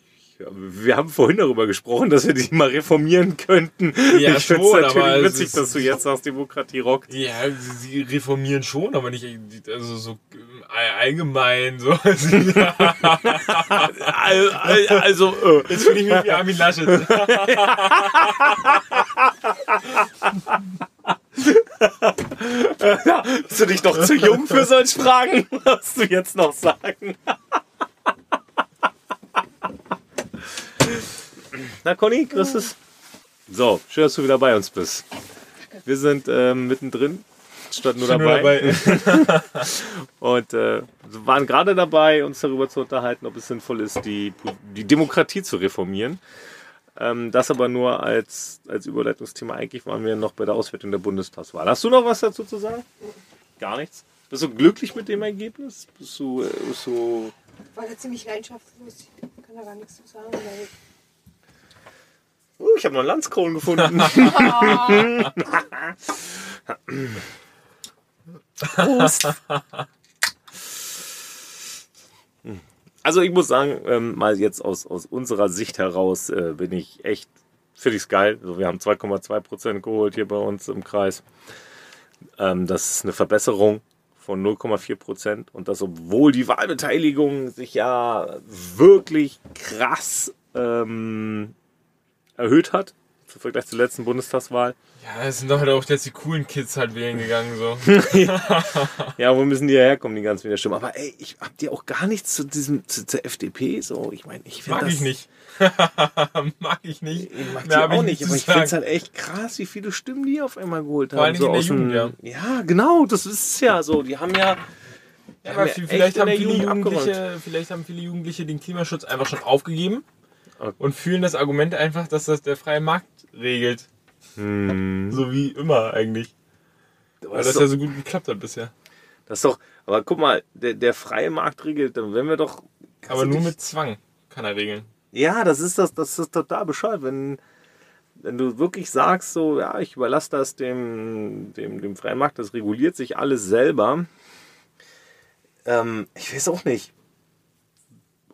[SPEAKER 1] wir haben vorhin darüber gesprochen, dass wir die mal reformieren könnten.
[SPEAKER 3] Ja,
[SPEAKER 1] ich finde es
[SPEAKER 3] schon, aber
[SPEAKER 1] natürlich
[SPEAKER 3] es
[SPEAKER 1] witzig,
[SPEAKER 3] ist-
[SPEAKER 1] dass du jetzt sagst, Demokratie rockt.
[SPEAKER 3] Ja, sie sie reformieren schon, aber nicht also so äh, allgemein. So. Jetzt fühle
[SPEAKER 1] Also, äh,
[SPEAKER 3] ich mich wie Armin Laschet.
[SPEAKER 1] bist du dich doch zu jung für solche Fragen, was du jetzt noch sagen? Na, Conny, grüß es. So, schön, dass du wieder bei uns bist. Wir sind ähm, mittendrin, statt nur dabei. Und äh, waren gerade dabei, uns darüber zu unterhalten, ob es sinnvoll ist, die, die Demokratie zu reformieren. Ähm, das aber nur als, als Überleitungsthema. Eigentlich waren wir noch bei der Auswertung der Bundestagswahl. Hast du noch was dazu zu sagen? Gar nichts. Bist du glücklich mit dem Ergebnis? Bist du, äh, bist du
[SPEAKER 2] War da ziemlich leidenschaftslos. Ich kann da gar nichts zu sagen. Weil
[SPEAKER 1] Oh, ich habe noch einen Landskron gefunden. Prost. Also ich muss sagen, ähm, mal jetzt aus, aus unserer Sicht heraus äh, bin ich echt, finde ich's geil. Also wir haben 2,2 Prozent geholt hier bei uns im Kreis. Ähm, das ist eine Verbesserung von 0,4 Prozent und das, obwohl die Wahlbeteiligung sich ja wirklich krass ähm, erhöht hat. im Vergleich zur letzten Bundestagswahl.
[SPEAKER 3] Ja, es sind doch halt auch jetzt die coolen Kids halt wählen gegangen, so.
[SPEAKER 1] Ja, wo müssen die herkommen, die ganzen Widerstimmen? Aber ey, ich hab dir auch gar nichts zu diesem, zu, zur FDP. So, ich meine, ich finde
[SPEAKER 3] Mag
[SPEAKER 1] das.
[SPEAKER 3] ich nicht. Mag ich nicht.
[SPEAKER 1] Ich mag die
[SPEAKER 3] Mehr hab
[SPEAKER 1] auch nicht,
[SPEAKER 3] zu
[SPEAKER 1] aber ich
[SPEAKER 3] sagen.
[SPEAKER 1] finde es halt echt krass, wie viele Stimmen die auf einmal geholt haben.
[SPEAKER 3] Vor allen
[SPEAKER 1] so
[SPEAKER 3] Dingen
[SPEAKER 1] aus
[SPEAKER 3] in der
[SPEAKER 1] dem- ja, genau, das ist es ja so. Die haben ja.
[SPEAKER 3] Ja,
[SPEAKER 1] haben ja
[SPEAKER 3] aber viel-
[SPEAKER 1] echt
[SPEAKER 3] vielleicht,
[SPEAKER 1] in
[SPEAKER 3] haben
[SPEAKER 1] der
[SPEAKER 3] viele
[SPEAKER 1] Jugend
[SPEAKER 3] Jugendliche, vielleicht haben viele Jugendliche den Klimaschutz einfach schon aufgegeben
[SPEAKER 1] Okay.
[SPEAKER 3] und fühlen das Argument einfach, dass das der freie Markt regelt.
[SPEAKER 1] Hm.
[SPEAKER 3] So wie immer eigentlich. Weil
[SPEAKER 1] Das
[SPEAKER 3] das
[SPEAKER 1] ist,
[SPEAKER 3] ja
[SPEAKER 1] doch,
[SPEAKER 3] so gut geklappt hat bisher.
[SPEAKER 1] das ist doch. Aber guck mal, der, der freie Markt regelt, dann wenn wir doch. also
[SPEAKER 3] Aber
[SPEAKER 1] Kannst du
[SPEAKER 3] nur
[SPEAKER 1] dich-
[SPEAKER 3] mit Zwang kann er regeln.
[SPEAKER 1] Ja, das ist das, das ist total bescheuert, wenn, wenn du wirklich sagst, so, ja, ich überlasse das dem, dem, dem freien Markt, das reguliert sich alles selber. Ähm, ich weiß auch nicht,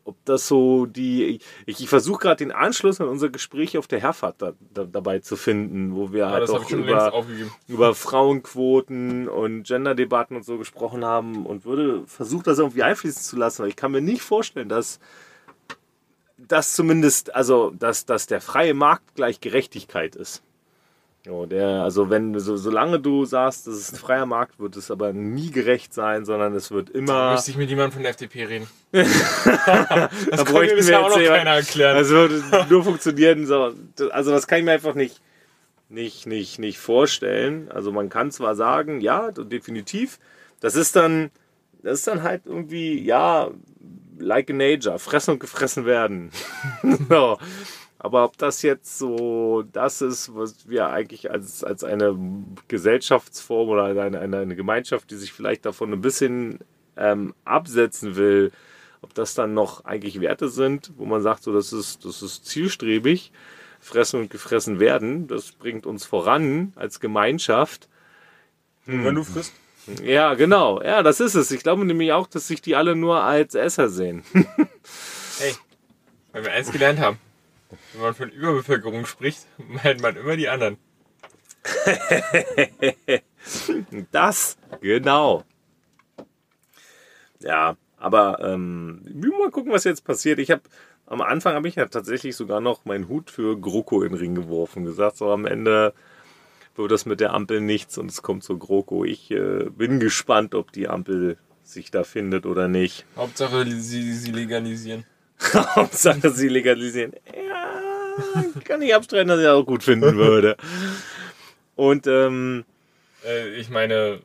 [SPEAKER 1] ob das so die. Ich, ich versuche gerade den Anschluss an unser Gespräch auf der Herfahrt da, da, dabei zu finden, wo wir
[SPEAKER 3] Aber
[SPEAKER 1] halt
[SPEAKER 3] das habe
[SPEAKER 1] auch
[SPEAKER 3] ich schon längst
[SPEAKER 1] über,
[SPEAKER 3] aufgegeben.
[SPEAKER 1] über Frauenquoten und Genderdebatten und so gesprochen haben und würde versuchen, das irgendwie einfließen zu lassen, weil ich kann mir nicht vorstellen, dass dass zumindest, also dass, dass der freie Markt gleich Gerechtigkeit ist. Ja, der, also wenn so, solange du sagst, das ist ein freier Markt, wird es aber nie gerecht sein, sondern es wird
[SPEAKER 3] Da
[SPEAKER 1] immer.
[SPEAKER 3] müsste ich mit jemandem von der FDP reden.
[SPEAKER 1] Da
[SPEAKER 3] Das konnte mir bisher auch noch
[SPEAKER 1] jemand- Also,
[SPEAKER 3] keiner erklären.
[SPEAKER 1] Das würde nur funktionieren. So, also das kann ich mir einfach nicht, nicht, nicht, nicht vorstellen. Also man kann zwar sagen, ja, definitiv. Das ist dann, das ist dann halt irgendwie, ja, like a nature, fressen und gefressen werden. so. Aber ob das jetzt so das ist, was wir eigentlich als, als eine Gesellschaftsform oder eine, eine, eine Gemeinschaft, die sich vielleicht davon ein bisschen ähm, absetzen will, ob das dann noch eigentlich Werte sind, wo man sagt, so, das ist, das ist zielstrebig, fressen und gefressen werden, das bringt uns voran als Gemeinschaft.
[SPEAKER 3] Wenn du frisst.
[SPEAKER 1] Ja, genau. Ja, das ist es. Ich glaube nämlich auch, dass sich die alle nur als Esser sehen.
[SPEAKER 3] Hey, weil wir eins gelernt haben. Wenn man von Überbevölkerung spricht, meint man immer die anderen.
[SPEAKER 1] Das, genau. Ja, aber ähm, wir mal gucken, was jetzt passiert. Ich habe am Anfang habe ich ja tatsächlich sogar noch meinen Hut für GroKo in den Ring geworfen, gesagt, so am Ende wird das mit der Ampel nichts und es kommt zu GroKo. Ich äh, bin gespannt, ob die Ampel sich da findet oder nicht.
[SPEAKER 3] Hauptsache, sie, sie legalisieren.
[SPEAKER 1] Hauptsache sie legalisieren. Ja, kann ich abstreiten, dass ich das auch gut finden würde. Und ähm,
[SPEAKER 3] Äh, ich meine,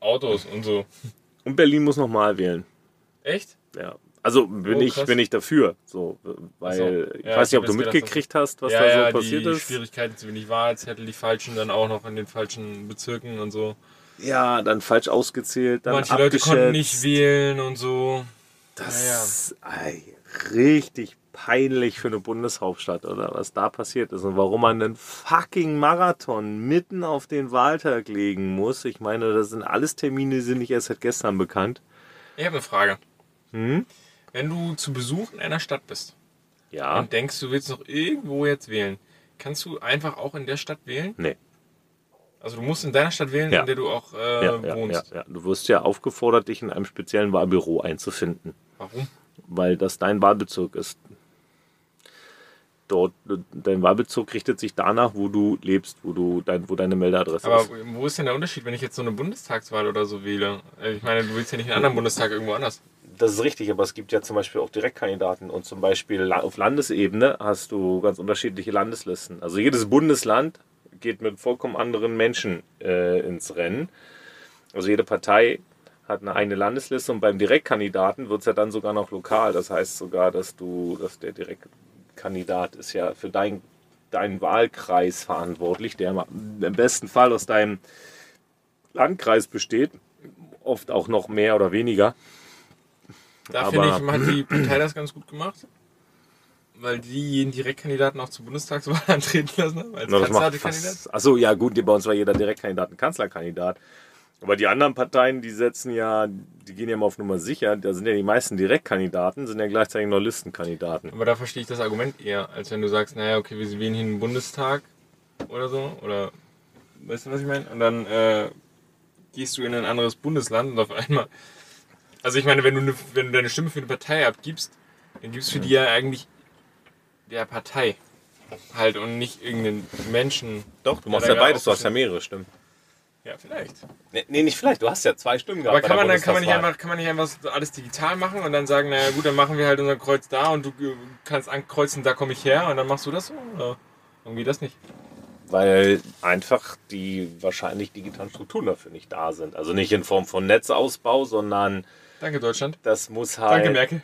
[SPEAKER 3] Autos und so.
[SPEAKER 1] Und Berlin muss nochmal wählen.
[SPEAKER 3] Echt?
[SPEAKER 1] Ja. Also bin,
[SPEAKER 3] Oh,
[SPEAKER 1] ich,
[SPEAKER 3] krass.
[SPEAKER 1] bin ich dafür. So, weil
[SPEAKER 3] Ach so.
[SPEAKER 1] ich weiß nicht,
[SPEAKER 3] Ja, ich hab
[SPEAKER 1] ob du
[SPEAKER 3] jetzt gedacht,
[SPEAKER 1] mitgekriegt hast, was
[SPEAKER 3] ja,
[SPEAKER 1] da so
[SPEAKER 3] ja,
[SPEAKER 1] passiert
[SPEAKER 3] die
[SPEAKER 1] ist.
[SPEAKER 3] Schwierigkeiten zu wenig Wahlzettel, die falschen dann auch noch in den falschen Bezirken und so.
[SPEAKER 1] Ja, dann falsch ausgezählt, dann
[SPEAKER 3] Manche Leute konnten
[SPEAKER 1] abgeschätzt.
[SPEAKER 3] nicht wählen und so.
[SPEAKER 1] Das ist ei, richtig peinlich für eine Bundeshauptstadt, oder was da passiert ist und warum man einen fucking Marathon mitten auf den Wahltag legen muss. Ich meine, das sind alles Termine, die sind nicht erst seit gestern bekannt.
[SPEAKER 3] Ich habe eine Frage.
[SPEAKER 1] Hm?
[SPEAKER 3] Wenn du zu Besuch in einer Stadt bist
[SPEAKER 1] Ja,
[SPEAKER 3] und denkst, du willst noch irgendwo jetzt wählen, kannst du einfach auch in der Stadt wählen?
[SPEAKER 1] nee.
[SPEAKER 3] Also du musst in deiner Stadt wählen,
[SPEAKER 1] Ja.
[SPEAKER 3] in der du auch äh,
[SPEAKER 1] Ja, ja, ja,
[SPEAKER 3] wohnst.
[SPEAKER 1] ja. Du wirst ja aufgefordert, dich in einem speziellen Wahlbüro einzufinden.
[SPEAKER 3] Warum?
[SPEAKER 1] weil das dein Wahlbezirk ist. Dort, dein Wahlbezirk richtet sich danach, wo du lebst, wo, du dein, wo deine Meldeadresse
[SPEAKER 3] Aber
[SPEAKER 1] ist.
[SPEAKER 3] wo ist denn der Unterschied, wenn ich jetzt so eine Bundestagswahl oder so wähle? Äh, Ich meine, du willst ja nicht einen anderen Bundestag irgendwo anders.
[SPEAKER 1] Das ist richtig, aber es gibt ja zum Beispiel auch Direktkandidaten und zum Beispiel la- auf Landesebene hast du ganz unterschiedliche Landeslisten. Also jedes Bundesland geht mit vollkommen anderen Menschen äh, ins Rennen. Also jede Partei hat eine eigene Landesliste und beim Direktkandidaten wird es ja dann sogar noch lokal. Das heißt sogar, dass du, dass der Direktkandidat ist ja für dein, deinen Wahlkreis verantwortlich, der im im besten Fall aus deinem Landkreis besteht, oft auch noch mehr oder weniger.
[SPEAKER 3] Da finde ich,
[SPEAKER 1] Aber-
[SPEAKER 3] hat die Partei das ganz gut gemacht. Weil die jeden Direktkandidaten auch zur Bundestagswahl antreten lassen ne? haben. Als
[SPEAKER 1] Na, das macht
[SPEAKER 3] Kanzlerkandidat.
[SPEAKER 1] fast, achso, ja gut, bei uns war jeder Direktkandidat ein Kanzlerkandidat. Aber die anderen Parteien, die setzen ja, die gehen ja mal auf Nummer sicher. Da sind ja die meisten Direktkandidaten, sind ja gleichzeitig noch Listenkandidaten.
[SPEAKER 3] Aber da verstehe ich das Argument eher, als wenn du sagst, naja, okay, wir wählen hier einen Bundestag oder so. Oder weißt du, was ich meine? Und dann äh, gehst du in ein anderes Bundesland und auf einmal. Also ich meine, wenn du, ne, wenn
[SPEAKER 1] Mhm.
[SPEAKER 3] du deine Stimme für eine Partei abgibst, dann gibst du die ja eigentlich der Partei. halt und nicht irgendeinen Menschen.
[SPEAKER 1] Doch, du machst ja,
[SPEAKER 3] Ja, da ja
[SPEAKER 1] beides,
[SPEAKER 3] auch
[SPEAKER 1] du hast ja
[SPEAKER 3] bestimmt-
[SPEAKER 1] mehrere Stimmen.
[SPEAKER 3] Ja, vielleicht.
[SPEAKER 1] Nee, nee, nicht vielleicht, du hast ja zwei Stimmen
[SPEAKER 3] Aber
[SPEAKER 1] gehabt.
[SPEAKER 3] kann
[SPEAKER 1] bei
[SPEAKER 3] man,
[SPEAKER 1] der
[SPEAKER 3] dann, kann, man nicht
[SPEAKER 1] Bundestagswahl.
[SPEAKER 3] einfach, kann man nicht einfach so alles digital machen und dann sagen, naja gut, dann machen wir halt unser Kreuz da und du äh, kannst ankreuzen, da komme ich her und dann machst du das so? Oder? Warum geht das nicht?
[SPEAKER 1] Weil einfach die wahrscheinlich digitalen Strukturen dafür nicht da sind. Also nicht in Form von Netzausbau, sondern
[SPEAKER 3] Danke Deutschland.
[SPEAKER 1] das muss
[SPEAKER 3] Danke
[SPEAKER 1] halt,
[SPEAKER 3] Merkel.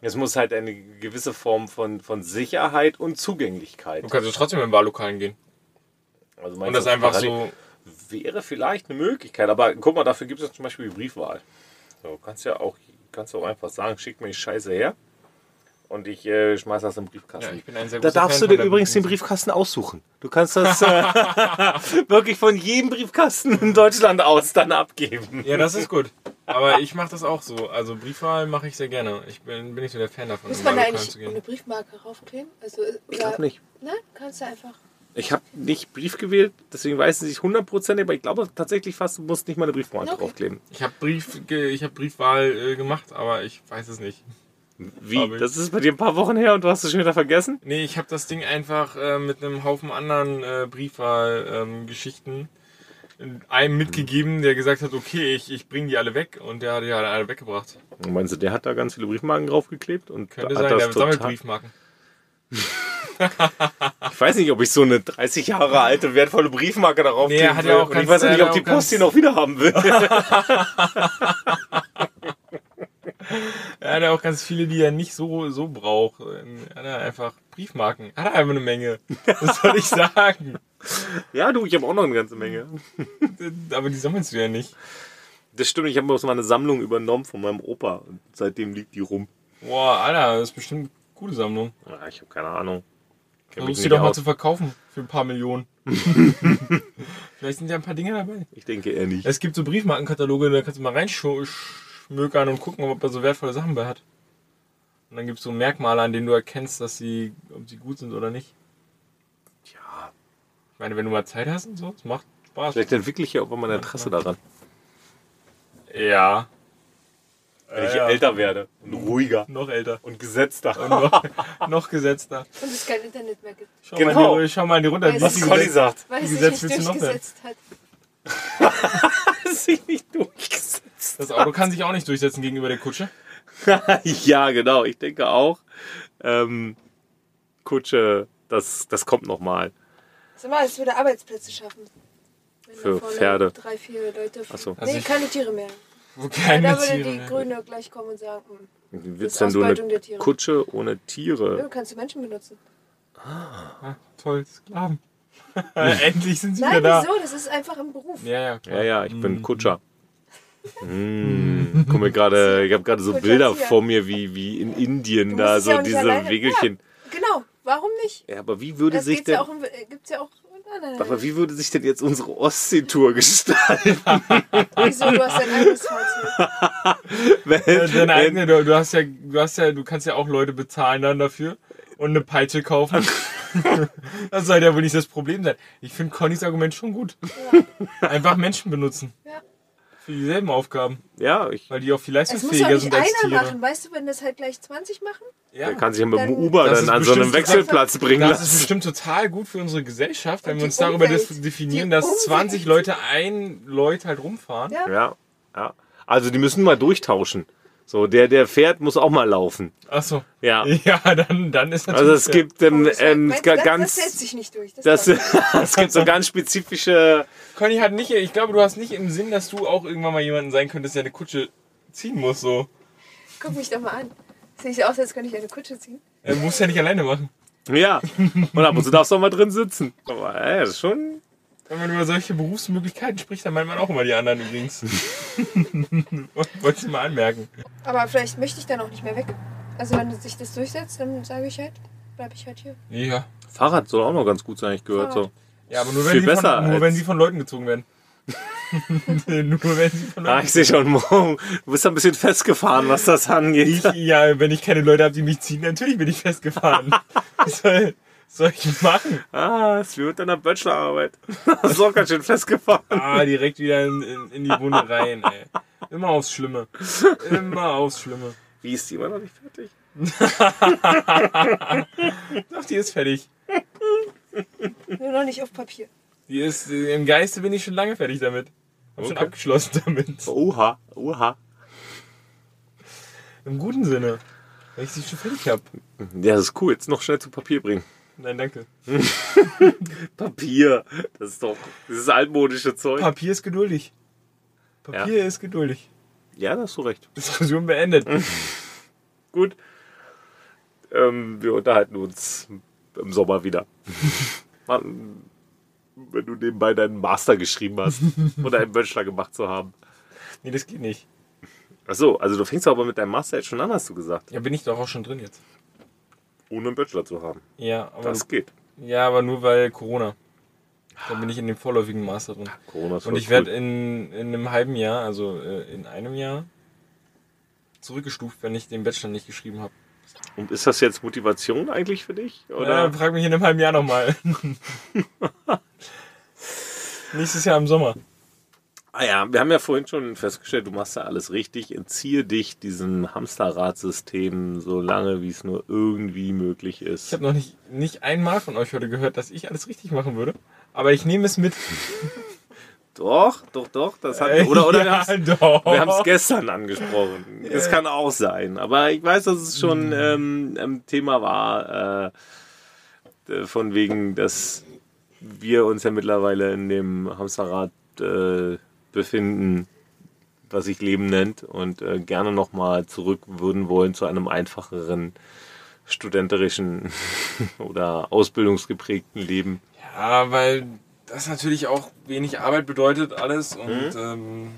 [SPEAKER 1] es muss halt eine gewisse Form von, von Sicherheit und Zugänglichkeit.
[SPEAKER 3] Du kannst ja trotzdem in Wahllokalen gehen.
[SPEAKER 1] Also
[SPEAKER 3] Und
[SPEAKER 1] meinst
[SPEAKER 3] das
[SPEAKER 1] du,
[SPEAKER 3] einfach
[SPEAKER 1] parallel-
[SPEAKER 3] so.
[SPEAKER 1] Wäre vielleicht eine Möglichkeit, aber guck mal, dafür gibt es ja zum Beispiel die Briefwahl. So, kannst ja auch, kannst auch einfach sagen, schick mir die Scheiße her und ich äh, schmeiß das im
[SPEAKER 3] Ja,
[SPEAKER 1] Briefkasten.
[SPEAKER 3] ich bin ein sehr
[SPEAKER 1] da
[SPEAKER 3] großer
[SPEAKER 1] darfst
[SPEAKER 3] Fan
[SPEAKER 1] du
[SPEAKER 3] von
[SPEAKER 1] dir
[SPEAKER 3] der
[SPEAKER 1] übrigens den
[SPEAKER 3] Bundeswehr.
[SPEAKER 1] Briefkasten aussuchen. Du kannst das äh, wirklich von jedem Briefkasten in Deutschland aus dann abgeben.
[SPEAKER 3] Ja, das ist gut. Aber ich mache das auch so. Also Briefwahl mache ich sehr gerne. Ich bin, bin nicht so der Fan davon,
[SPEAKER 2] Muss
[SPEAKER 3] in
[SPEAKER 2] man da
[SPEAKER 3] Wahllokalen
[SPEAKER 2] eigentlich eine Briefmarke raufkleben? Also, oder, ich
[SPEAKER 1] glaub nicht.
[SPEAKER 2] Nein, kannst du einfach.
[SPEAKER 1] Ich habe nicht Brief gewählt, deswegen weiß ich nicht hundertprozentig, aber ich glaube tatsächlich fast, du musst nicht mal eine Briefmarke
[SPEAKER 2] Okay.
[SPEAKER 1] draufkleben.
[SPEAKER 3] Ich habe Brief, ge- ich hab Briefwahl äh, gemacht, aber ich weiß es nicht. Hab
[SPEAKER 1] Wie?
[SPEAKER 3] ich.
[SPEAKER 1] Das ist bei dir ein paar Wochen her und du hast es schon wieder vergessen?
[SPEAKER 3] Nee, ich habe das Ding einfach äh, mit einem Haufen anderen äh, Briefwahl-Geschichten einem mitgegeben, der gesagt hat, okay, ich, ich bringe die alle weg und der hat die alle, alle weggebracht.
[SPEAKER 1] Meinst du, der hat da ganz viele Briefmarken draufgeklebt und
[SPEAKER 3] Könnte
[SPEAKER 1] hat
[SPEAKER 3] sein,
[SPEAKER 1] das
[SPEAKER 3] der sammelt
[SPEAKER 1] total-
[SPEAKER 3] Briefmarken.
[SPEAKER 1] Ich weiß nicht, ob ich so eine 30 Jahre alte wertvolle Briefmarke darauf
[SPEAKER 3] Nee,
[SPEAKER 1] kleben
[SPEAKER 3] hat ja
[SPEAKER 1] will.
[SPEAKER 3] auch
[SPEAKER 1] Und
[SPEAKER 3] ganz-
[SPEAKER 1] Ich weiß auch
[SPEAKER 3] hat
[SPEAKER 1] nicht,
[SPEAKER 3] ja
[SPEAKER 1] ob die
[SPEAKER 3] auch
[SPEAKER 1] Post die
[SPEAKER 3] ganz-
[SPEAKER 1] noch wieder haben will.
[SPEAKER 3] Er hat ja auch ganz viele, die er nicht so, so braucht. Ähm, Er hat ja einfach Briefmarken. Hat er einfach eine Menge. Was soll ich sagen?
[SPEAKER 1] ja, du, ich habe auch noch eine ganze Menge.
[SPEAKER 3] Aber die sammelst du ja nicht.
[SPEAKER 1] Das stimmt, ich habe mir so eine Sammlung übernommen von meinem Opa. Und seitdem liegt die rum.
[SPEAKER 3] Boah, Alter, das ist bestimmt eine gute Sammlung.
[SPEAKER 1] Ja, ich habe keine Ahnung. Kenn mich
[SPEAKER 3] Versuchst sie
[SPEAKER 1] nicht
[SPEAKER 3] doch mal
[SPEAKER 1] aus.
[SPEAKER 3] zu verkaufen für ein paar Millionen. Vielleicht sind ja ein paar Dinge dabei.
[SPEAKER 1] Ich denke eher nicht.
[SPEAKER 3] Es gibt so Briefmarkenkataloge, da kannst du mal reinschmökern und gucken, ob er so wertvolle Sachen bei hat. Und dann gibt es so Merkmale, an denen du erkennst, dass sie, ob sie gut sind oder nicht.
[SPEAKER 1] Ja,
[SPEAKER 3] Ich meine, wenn du mal Zeit hast und so, es macht Spaß.
[SPEAKER 1] vielleicht entwickle ich ja auch mal mein Interesse daran.
[SPEAKER 3] Ja,
[SPEAKER 1] Wenn ich
[SPEAKER 3] ja.
[SPEAKER 1] älter werde und ruhiger
[SPEAKER 3] noch älter.
[SPEAKER 1] und gesetzter.
[SPEAKER 3] Und noch, noch gesetzter.
[SPEAKER 2] Und es kein Internet mehr gibt.
[SPEAKER 3] Schau,
[SPEAKER 1] Genau.
[SPEAKER 3] mal, in die, schau mal in die runter.
[SPEAKER 2] Weiß
[SPEAKER 3] wie
[SPEAKER 2] ich
[SPEAKER 1] Was Conny sagt,
[SPEAKER 2] nicht.
[SPEAKER 3] sie gesetzt-
[SPEAKER 2] Weil
[SPEAKER 3] Wie
[SPEAKER 2] es sich
[SPEAKER 3] gesetzt
[SPEAKER 2] nicht
[SPEAKER 3] willst du noch werden?
[SPEAKER 2] durchgesetzt hat.
[SPEAKER 1] dass sich nicht durchgesetzt.
[SPEAKER 3] Das Auto kann sich auch nicht durchsetzen gegenüber der Kutsche.
[SPEAKER 1] ja, genau. Ich denke auch. Ähm, Kutsche, das, das kommt nochmal.
[SPEAKER 2] Sag mal, es würde Arbeitsplätze schaffen. Wenn da
[SPEAKER 1] Für
[SPEAKER 2] vorne
[SPEAKER 1] Pferde.
[SPEAKER 2] Drei, vier Leute.
[SPEAKER 1] Ach so.
[SPEAKER 2] Nee,
[SPEAKER 3] Also ich-
[SPEAKER 2] keine Tiere mehr.
[SPEAKER 3] Wo
[SPEAKER 2] Da
[SPEAKER 3] keine
[SPEAKER 2] würde die
[SPEAKER 3] Tiere.
[SPEAKER 2] Grüne gleich kommen und sagen, hm,
[SPEAKER 1] Wie willst
[SPEAKER 2] Das
[SPEAKER 1] denn
[SPEAKER 2] ist
[SPEAKER 1] du
[SPEAKER 2] Ausbeutung
[SPEAKER 1] eine
[SPEAKER 2] der Tiere.
[SPEAKER 1] Kutsche ohne Tiere?
[SPEAKER 2] du kannst du Menschen benutzen.
[SPEAKER 3] Ah, toll, Sklaven. Äh, Endlich sind sie
[SPEAKER 2] Nein,
[SPEAKER 3] wieder da.
[SPEAKER 2] wieso? Das ist einfach ein Beruf.
[SPEAKER 3] Ja, ja, klar.
[SPEAKER 1] Ja, ja, ich
[SPEAKER 3] Mhm.
[SPEAKER 1] bin Kutscher. Mm, guck mir gerade, ich habe gerade so
[SPEAKER 2] Kutscher
[SPEAKER 1] Bilder
[SPEAKER 2] Tier.
[SPEAKER 1] vor mir, wie, wie in Indien
[SPEAKER 2] Du musst
[SPEAKER 1] da
[SPEAKER 2] es
[SPEAKER 1] so
[SPEAKER 2] ja auch nicht
[SPEAKER 1] diese
[SPEAKER 2] alleine-
[SPEAKER 1] Wegelchen.
[SPEAKER 2] Ja, genau, warum nicht?
[SPEAKER 1] Ja. aber wie würde
[SPEAKER 2] Das
[SPEAKER 1] sich
[SPEAKER 2] geht's
[SPEAKER 1] denn,
[SPEAKER 2] ja auch, im- äh, gibt's ja auch um in anderen
[SPEAKER 1] aber wie würde sich denn jetzt unsere Ostsee-Tour gestalten,
[SPEAKER 2] Wieso? Du hast dein eigenes Fahrzeug.
[SPEAKER 1] wenn,
[SPEAKER 3] Äh, Deine
[SPEAKER 1] wenn,
[SPEAKER 3] eigene, du, du hast ja, du hast ja, du kannst ja auch Leute bezahlen dann dafür und eine Peitsche kaufen. das soll ja wohl nicht das Problem sein. Ich finde Connys Argument schon gut. Einfach Menschen benutzen.
[SPEAKER 2] Ja.
[SPEAKER 3] Für dieselben Aufgaben,
[SPEAKER 1] ja, ich
[SPEAKER 3] weil die auch viel
[SPEAKER 2] Es muss doch
[SPEAKER 3] leistungsfähiger
[SPEAKER 2] nicht
[SPEAKER 3] sind als
[SPEAKER 2] einer
[SPEAKER 3] Tiere.
[SPEAKER 2] machen. Weißt du, wenn das halt gleich 20 machen?
[SPEAKER 3] Ja.
[SPEAKER 1] kann sich ja mit dem
[SPEAKER 2] Dann-
[SPEAKER 1] Uber dann
[SPEAKER 3] Das ist
[SPEAKER 1] an so einem
[SPEAKER 3] bestimmt-
[SPEAKER 1] Wechselplatz bringen
[SPEAKER 3] Das ist
[SPEAKER 1] lassen.
[SPEAKER 3] bestimmt total gut für unsere Gesellschaft, wenn
[SPEAKER 2] Und
[SPEAKER 3] wir
[SPEAKER 2] die
[SPEAKER 3] uns darüber
[SPEAKER 2] Umwelt.
[SPEAKER 3] def- definieren,
[SPEAKER 2] Die
[SPEAKER 3] dass
[SPEAKER 2] Umwelt.
[SPEAKER 3] 20 Leute ein Leute halt rumfahren.
[SPEAKER 2] Ja.
[SPEAKER 1] Ja, ja. Also die müssen mal durchtauschen. So, der, der fährt, muss auch mal laufen.
[SPEAKER 3] Achso.
[SPEAKER 1] Ja.
[SPEAKER 3] Ja, dann, dann ist
[SPEAKER 1] Also es
[SPEAKER 3] ja.
[SPEAKER 1] gibt ähm,
[SPEAKER 2] Oh, Das-
[SPEAKER 1] ähm,
[SPEAKER 2] meinst du,
[SPEAKER 1] ga-
[SPEAKER 2] das,
[SPEAKER 1] ganz.
[SPEAKER 2] das setzt sich nicht durch.
[SPEAKER 1] Das,
[SPEAKER 2] Das glaub ich.
[SPEAKER 1] es gibt so ganz spezifische.
[SPEAKER 3] Conny hat nicht, ich glaube, du hast nicht im Sinn, dass du auch irgendwann mal jemanden sein könntest, der eine Kutsche ziehen muss, so.
[SPEAKER 2] Guck mich doch mal an. Sehe ich aus, als könnte ich eine Kutsche ziehen.
[SPEAKER 3] Er muss ja nicht alleine machen.
[SPEAKER 1] Ja. Und ab und zu darfst du auch mal drin sitzen. Aber ey, das ist schon.
[SPEAKER 3] Wenn man über solche Berufsmöglichkeiten spricht, dann meint man auch immer die anderen übrigens. Wolltest du mal anmerken.
[SPEAKER 2] Aber vielleicht möchte ich dann auch nicht mehr weg. Also wenn sich das durchsetzt, dann sage ich halt, bleibe ich halt hier.
[SPEAKER 3] Ja.
[SPEAKER 1] Fahrrad soll auch noch ganz gut sein, ich gehört so.
[SPEAKER 3] Ja, aber nur wenn,
[SPEAKER 1] Viel
[SPEAKER 3] sie,
[SPEAKER 1] besser
[SPEAKER 3] von, nur
[SPEAKER 1] als-
[SPEAKER 3] wenn sie von Leuten gezogen werden. nur wenn sie von
[SPEAKER 1] Ah,
[SPEAKER 3] Leuten
[SPEAKER 1] ich sehe schon morgen. Du bist ein bisschen festgefahren, was das angeht.
[SPEAKER 3] ich, Ja, wenn ich keine Leute habe, die mich ziehen, natürlich bin ich festgefahren. Was soll, soll ich machen?
[SPEAKER 1] Ah, es wird deiner Bachelorarbeit. Das ist auch ganz schön festgefahren.
[SPEAKER 3] Ah, direkt wieder in, in, in die Wunde rein, ey. Immer aufs Schlimme. Immer aufs Schlimme.
[SPEAKER 1] Wie ist die immer noch nicht fertig?
[SPEAKER 3] Doch, die ist fertig.
[SPEAKER 2] Nur noch nicht auf Papier.
[SPEAKER 3] Die ist, im Geiste bin ich schon lange fertig damit. Hab schon
[SPEAKER 1] Okay.
[SPEAKER 3] abgeschlossen damit.
[SPEAKER 1] Oha, oha.
[SPEAKER 3] Im guten Sinne. Weil ich sie schon fertig hab.
[SPEAKER 1] Ja, das ist cool. Jetzt noch schnell zu Papier bringen.
[SPEAKER 3] Nein, danke.
[SPEAKER 1] Papier. Das ist doch dieses altmodische Zeug.
[SPEAKER 3] Papier ist geduldig. Papier ist geduldig.
[SPEAKER 1] ja, da hast du recht.
[SPEAKER 3] Diskussion beendet.
[SPEAKER 1] Gut. Ähm, wir unterhalten uns im Sommer wieder. Mann, Wenn du nebenbei deinen Master geschrieben hast oder einen Bachelor gemacht zu haben.
[SPEAKER 3] Nee, das geht nicht.
[SPEAKER 1] Achso, also du fängst aber mit deinem Master jetzt schon an, hast du gesagt.
[SPEAKER 3] Ja, bin ich doch auch schon drin jetzt.
[SPEAKER 1] Ohne einen Bachelor zu haben.
[SPEAKER 3] Ja, aber,
[SPEAKER 1] Das geht.
[SPEAKER 3] ja, aber nur weil Corona. Da bin ich in dem vorläufigen Master drin.
[SPEAKER 1] Corona ist
[SPEAKER 3] Und
[SPEAKER 1] voll
[SPEAKER 3] ich werde
[SPEAKER 1] cool.
[SPEAKER 3] in, in einem halben Jahr, also äh, in einem Jahr, zurückgestuft, wenn ich den Bachelor nicht geschrieben habe.
[SPEAKER 1] Und ist das jetzt Motivation eigentlich für dich? Oder?
[SPEAKER 3] Oder frag mich in einem halben Jahr nochmal. Nächstes Jahr im Sommer.
[SPEAKER 1] Ah ja, wir haben ja vorhin schon festgestellt, du machst ja alles richtig. Entziehe dich diesem Hamsterradsystem so lange, wie es nur irgendwie möglich
[SPEAKER 3] Ich
[SPEAKER 1] ist.
[SPEAKER 3] habe noch nicht, nicht einmal von euch heute gehört, dass ich alles richtig machen würde. Aber ich nehme es mit.
[SPEAKER 1] Doch, doch, doch. Das hat, oder oder wir haben's-
[SPEAKER 3] ja, doch.
[SPEAKER 1] Wir haben es gestern angesprochen. Es kann auch sein. Aber ich weiß, dass es schon ähm, ein Thema war, äh, äh, von wegen, dass wir uns ja mittlerweile in dem Hamsterrad äh, befinden, was sich Leben nennt, und äh, gerne nochmal zurück würden wollen zu einem einfacheren studenterischen oder ausbildungsgeprägten Leben.
[SPEAKER 3] Ja, weil das natürlich auch wenig Arbeit bedeutet alles
[SPEAKER 1] Mhm.
[SPEAKER 3] und ähm,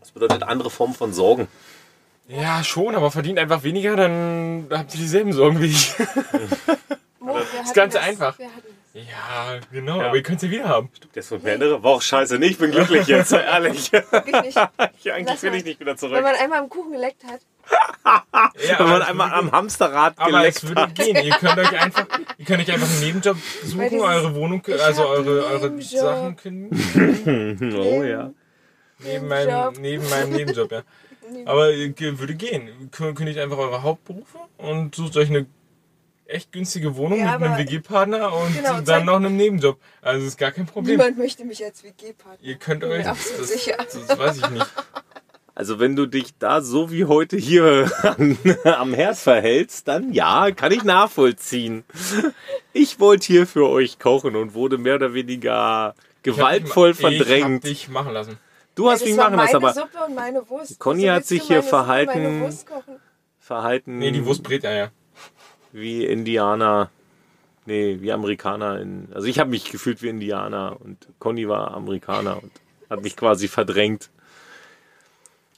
[SPEAKER 1] Das bedeutet andere Formen von Sorgen.
[SPEAKER 3] ja schon, aber verdient einfach weniger, dann habt ihr dieselben Sorgen wie ich.
[SPEAKER 2] Mo, wir hatten
[SPEAKER 3] Ganze einfach.
[SPEAKER 2] Wir hatten das.
[SPEAKER 3] Ja, genau,
[SPEAKER 1] Ja.
[SPEAKER 3] aber ihr könnt es ja wieder haben.
[SPEAKER 1] Das wird mir innere. Boah, scheiße, nee, ich bin glücklich jetzt, sei ehrlich.
[SPEAKER 2] Wirklich nicht.
[SPEAKER 1] Ja, eigentlich
[SPEAKER 2] Lass
[SPEAKER 1] will
[SPEAKER 2] mal.
[SPEAKER 1] ich nicht wieder
[SPEAKER 2] Wenn
[SPEAKER 1] zurück.
[SPEAKER 2] man einmal am Kuchen geleckt hat,
[SPEAKER 3] Ja, also
[SPEAKER 1] Wenn
[SPEAKER 3] aber
[SPEAKER 1] man
[SPEAKER 3] es
[SPEAKER 1] einmal
[SPEAKER 3] würde
[SPEAKER 1] am Hamsterrad
[SPEAKER 3] gehen. aber es
[SPEAKER 1] geleckt
[SPEAKER 3] würde
[SPEAKER 1] hat.
[SPEAKER 3] gehen. Ihr könnt euch einfach, ihr könnt euch einfach einen Nebenjob
[SPEAKER 2] Weil
[SPEAKER 3] suchen,
[SPEAKER 2] dieses-
[SPEAKER 3] eure Wohnung,
[SPEAKER 2] Ich
[SPEAKER 3] also
[SPEAKER 2] hab
[SPEAKER 3] eure,
[SPEAKER 2] einen
[SPEAKER 3] eure
[SPEAKER 2] Nebenjob.
[SPEAKER 3] Sachen können
[SPEAKER 1] Oh ja.
[SPEAKER 3] neben
[SPEAKER 2] Nebenjob.
[SPEAKER 3] meinem, neben meinem Nebenjob, ja. Aber äh, ge- würde gehen. Kün- Kündigt einfach eure Hauptberufe und sucht euch eine echt günstige Wohnung
[SPEAKER 2] Ja,
[SPEAKER 3] mit einem
[SPEAKER 2] aber-
[SPEAKER 3] WG-Partner und
[SPEAKER 2] Genau, und
[SPEAKER 3] dann
[SPEAKER 2] zeigt-
[SPEAKER 3] noch einem Nebenjob. Also ist gar kein Problem.
[SPEAKER 2] niemand möchte mich als WG-Partner.
[SPEAKER 3] Ihr könnt
[SPEAKER 2] Bin
[SPEAKER 3] euch.
[SPEAKER 2] mir absolut
[SPEAKER 3] das,
[SPEAKER 2] sicher.
[SPEAKER 3] Das, das weiß ich nicht.
[SPEAKER 1] Also wenn du dich da so wie heute hier an, am Herd verhältst, dann ja, kann ich nachvollziehen. Ich wollte hier für euch kochen und wurde mehr oder weniger gewaltvoll
[SPEAKER 3] ich hab dich ma-
[SPEAKER 1] verdrängt.
[SPEAKER 3] Ich hab dich machen lassen.
[SPEAKER 1] Du hast mich
[SPEAKER 2] das war
[SPEAKER 1] machen lassen,
[SPEAKER 2] meine
[SPEAKER 1] aber
[SPEAKER 2] Suppe und meine Wurst.
[SPEAKER 1] Conny
[SPEAKER 2] Wieso
[SPEAKER 1] hat
[SPEAKER 2] willst du
[SPEAKER 1] sich hier
[SPEAKER 2] meine Suppe und
[SPEAKER 1] verhalten-
[SPEAKER 2] Meine Wurst kochen?
[SPEAKER 1] verhalten
[SPEAKER 3] Nee, die Wurst brät ja, ja.
[SPEAKER 1] wie Indianer. Nee, wie Amerikaner. In, also ich habe mich gefühlt wie Indianer und Conny war Amerikaner und hat mich quasi verdrängt.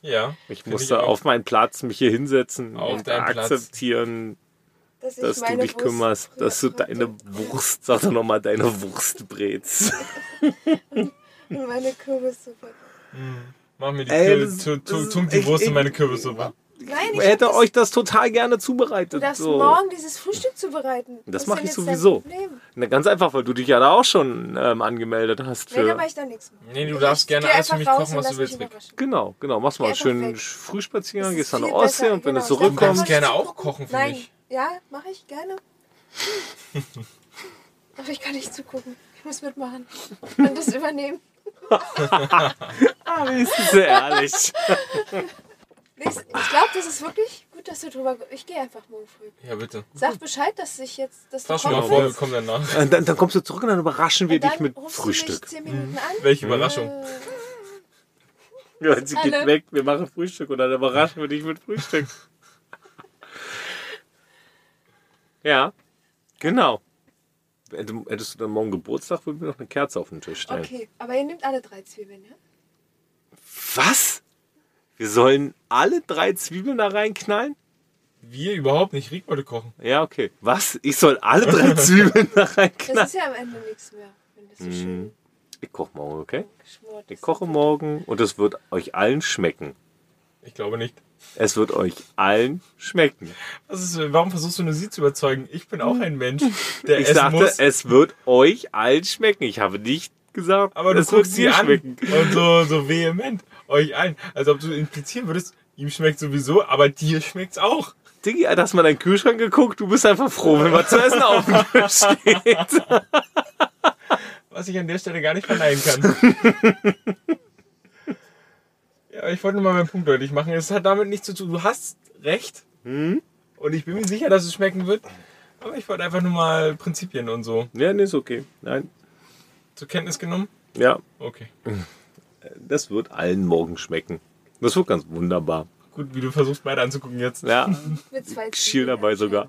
[SPEAKER 3] Ja.
[SPEAKER 1] Ich
[SPEAKER 3] find
[SPEAKER 1] musste
[SPEAKER 3] auch.
[SPEAKER 1] auf meinen Platz mich hier hinsetzen
[SPEAKER 3] Auf
[SPEAKER 1] und
[SPEAKER 3] deinen Platz.
[SPEAKER 1] akzeptieren,
[SPEAKER 2] Dass, ich
[SPEAKER 1] dass du
[SPEAKER 2] meine
[SPEAKER 1] dich
[SPEAKER 2] Wurst
[SPEAKER 1] kümmerst,
[SPEAKER 2] früher
[SPEAKER 1] dass du
[SPEAKER 2] brannte
[SPEAKER 1] deine Wurst, sag doch nochmal, deine Wurst brätst.
[SPEAKER 2] Und meine Kürbissuppe.
[SPEAKER 3] Mach mir die
[SPEAKER 1] Ey,
[SPEAKER 3] Kür-
[SPEAKER 1] das-
[SPEAKER 3] zu- zu-
[SPEAKER 1] das ist
[SPEAKER 3] tunk die
[SPEAKER 1] echt-
[SPEAKER 3] Wurst in
[SPEAKER 1] echt-
[SPEAKER 3] meine Kürbissuppe.
[SPEAKER 2] Nein,
[SPEAKER 1] Ich
[SPEAKER 2] ich hab
[SPEAKER 1] hätte
[SPEAKER 2] das-
[SPEAKER 1] euch das total gerne
[SPEAKER 2] Du
[SPEAKER 1] zubereitet.
[SPEAKER 2] darfst
[SPEAKER 1] so.
[SPEAKER 2] morgen dieses Frühstück zubereiten.
[SPEAKER 1] Das
[SPEAKER 2] Was
[SPEAKER 1] mach
[SPEAKER 2] ist
[SPEAKER 1] ich
[SPEAKER 2] denn jetzt
[SPEAKER 1] sowieso.
[SPEAKER 2] dein Problem?
[SPEAKER 1] Na, ganz einfach, weil du dich ja da auch schon ähm, angemeldet hast.
[SPEAKER 2] Nee, dann
[SPEAKER 1] Für.
[SPEAKER 2] mach ich da nichts mehr.
[SPEAKER 3] Nee, du darfst gerne
[SPEAKER 2] Geh
[SPEAKER 3] alles für
[SPEAKER 2] einfach
[SPEAKER 3] mich
[SPEAKER 2] raus
[SPEAKER 3] kochen,
[SPEAKER 2] und
[SPEAKER 3] was
[SPEAKER 2] lass
[SPEAKER 3] du willst.
[SPEAKER 2] mich
[SPEAKER 3] Rick.
[SPEAKER 1] Genau, genau. Machst mal
[SPEAKER 2] Geh
[SPEAKER 1] schön
[SPEAKER 2] einfach weg.
[SPEAKER 1] früh spazieren,
[SPEAKER 2] Das
[SPEAKER 1] gehst
[SPEAKER 2] ist
[SPEAKER 1] an der
[SPEAKER 2] viel
[SPEAKER 1] Ostsee
[SPEAKER 2] besser,
[SPEAKER 1] und wenn
[SPEAKER 2] genau.
[SPEAKER 1] du
[SPEAKER 2] Dann
[SPEAKER 3] Du darfst
[SPEAKER 1] zurückkommst.
[SPEAKER 3] gerne auch kochen für
[SPEAKER 2] Nein,
[SPEAKER 3] mich.
[SPEAKER 2] ja, mache ich gerne. Aber ich kann nicht zugucken. Ich muss mitmachen und das übernehmen.
[SPEAKER 1] Ah, wenigstens sehr ehrlich.
[SPEAKER 2] Nächst- Ich glaube, das ist wirklich gut, dass du drüber. ge- Ich gehe einfach morgen früh.
[SPEAKER 3] Ja, bitte.
[SPEAKER 2] Sag Bescheid, dass ich jetzt, dass du
[SPEAKER 3] Fass schon mal
[SPEAKER 2] kochen
[SPEAKER 3] vor, wir
[SPEAKER 2] willst.
[SPEAKER 3] kommen danach.
[SPEAKER 1] Und dann, dann kommst du zurück und dann überraschen wir
[SPEAKER 2] Und
[SPEAKER 1] dich
[SPEAKER 2] dann
[SPEAKER 1] mit
[SPEAKER 2] rufst
[SPEAKER 1] Frühstück.
[SPEAKER 2] Du mich 10 Minuten an.
[SPEAKER 3] Mhm. Welche Überraschung.
[SPEAKER 2] Äh,
[SPEAKER 1] Ja, sie geht
[SPEAKER 2] Alle.
[SPEAKER 1] weg, wir machen Frühstück und dann überraschen wir dich mit Frühstück. ja, genau. Hätte- Hättest du dann morgen Geburtstag, würden wir noch eine Kerze auf den Tisch stellen.
[SPEAKER 2] Okay, aber ihr nehmt alle drei Zwiebeln, ja?
[SPEAKER 1] Was? Wir sollen alle drei Zwiebeln da reinknallen?
[SPEAKER 3] Wir überhaupt nicht. Rick wollte kochen.
[SPEAKER 1] Ja, okay. Was? Ich soll alle drei Zwiebeln da
[SPEAKER 2] Das
[SPEAKER 1] reinknallen?
[SPEAKER 2] ist ja am Ende nichts mehr, wenn
[SPEAKER 1] Mhm.
[SPEAKER 2] das so schön
[SPEAKER 1] Ich koche morgen, okay?
[SPEAKER 2] geschmort
[SPEAKER 1] Ich
[SPEAKER 2] ist.
[SPEAKER 1] koche morgen und es wird euch allen schmecken.
[SPEAKER 3] Ich glaube nicht.
[SPEAKER 1] Es wird euch allen schmecken.
[SPEAKER 3] Was ist, äh, warum versuchst du nur sie zu überzeugen? Ich bin auch ein Mensch, der
[SPEAKER 1] Ich
[SPEAKER 3] essen
[SPEAKER 1] sagte,
[SPEAKER 3] muss.
[SPEAKER 1] es wird euch allen schmecken. Ich habe nicht gesagt,
[SPEAKER 3] aber du
[SPEAKER 1] es wird
[SPEAKER 3] guckst sie
[SPEAKER 1] dir
[SPEAKER 3] an
[SPEAKER 1] schmecken.
[SPEAKER 3] und so, so Also, vehement euch ein. Als ob du implizieren würdest, ihm schmeckt sowieso, aber dir schmeckt's auch.
[SPEAKER 1] Diggi, Alter, hast mal deinen Kühlschrank geguckt? Du bist einfach froh, wenn was zu essen auf dem Tisch steht.
[SPEAKER 3] Was ich an der Stelle gar nicht verneinen kann. ja, aber ich wollte nur mal meinen Punkt deutlich machen. Es hat damit nichts zu tun. Du hast recht.
[SPEAKER 1] Hm?
[SPEAKER 3] Und ich bin mir sicher, dass es schmecken wird. Aber ich wollte einfach nur mal Prinzipien und so
[SPEAKER 1] Ja, nee, ist okay. Nein.
[SPEAKER 3] zur Kenntnis genommen.
[SPEAKER 1] Ja,
[SPEAKER 3] Okay.
[SPEAKER 1] das wird allen morgen schmecken. Das wird ganz wunderbar.
[SPEAKER 3] Gut, wie du versuchst, beide anzugucken jetzt.
[SPEAKER 1] Ja,
[SPEAKER 2] Mit zwei
[SPEAKER 1] Schiel dabei sogar.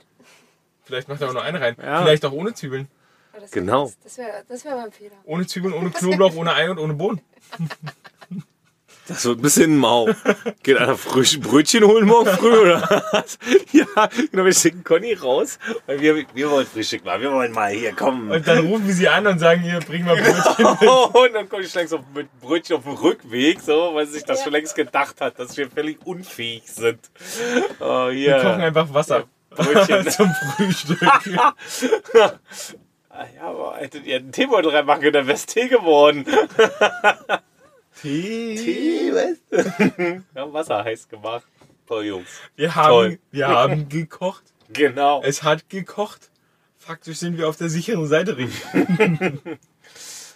[SPEAKER 3] Vielleicht macht er aber nur einen rein.
[SPEAKER 1] Ja.
[SPEAKER 3] Vielleicht auch ohne Zwiebeln.
[SPEAKER 2] Aber das wär-
[SPEAKER 1] Genau.
[SPEAKER 2] Das wäre das wär mein Fehler.
[SPEAKER 3] Ohne Zwiebeln, ohne Knoblauch, ohne Ei und ohne Bohnen.
[SPEAKER 1] Das wird ein bisschen mau. Geht einer frisch Brötchen holen morgen früh, oder was? Ja, genau, wir schicken Conny raus, weil wir, wir wollen Frühstück machen. Wir wollen mal hier kommen.
[SPEAKER 3] Und dann rufen wir sie an und sagen, hier, bring mal Brötchen.
[SPEAKER 1] Oh, und dann Conny schlägt so mit Brötchen auf dem Rückweg, so, weil sie sich das schon längst gedacht hat, dass wir völlig unfähig sind. Oh,
[SPEAKER 3] Wir kochen
[SPEAKER 1] hier.
[SPEAKER 3] einfach Wasser.
[SPEAKER 1] Brötchen.
[SPEAKER 3] Zum Frühstück.
[SPEAKER 1] Ah, ja, aber hättet ihr einen Teebeutel reinmachen können, dann wär's Tee geworden. Tee, was? Wir haben Wasser heiß gemacht. Toll, Jungs.
[SPEAKER 3] Wir haben,
[SPEAKER 1] Toll.
[SPEAKER 3] wir haben gekocht.
[SPEAKER 1] Genau.
[SPEAKER 3] Es hat gekocht. Faktisch sind wir auf der sicheren Seite, Rick.
[SPEAKER 1] Das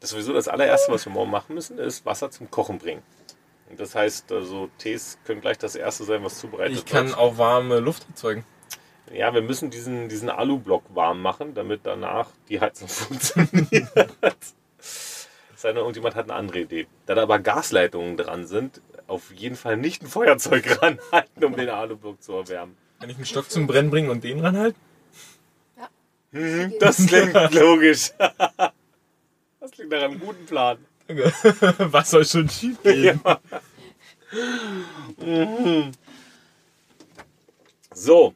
[SPEAKER 1] ist sowieso das allererste, was wir morgen machen müssen, ist Wasser zum Kochen bringen. Und das heißt, also Tees können gleich das erste sein, was zubereitet
[SPEAKER 3] Ich kann
[SPEAKER 1] wird.
[SPEAKER 3] auch warme Luft erzeugen.
[SPEAKER 1] Ja, wir müssen diesen, diesen Alublock warm machen, damit danach die Heizung funktioniert. Es sei denn, irgendjemand hat eine andere Idee. Da da aber Gasleitungen dran sind, auf jeden Fall nicht ein Feuerzeug ranhalten, um den Alublock zu erwärmen.
[SPEAKER 3] Kann ich einen Stock zum Brennen bringen und den ranhalten?
[SPEAKER 1] Das klingt logisch. Das klingt nach einem guten Plan.
[SPEAKER 3] Danke. Was soll schon schief gehen?
[SPEAKER 1] So,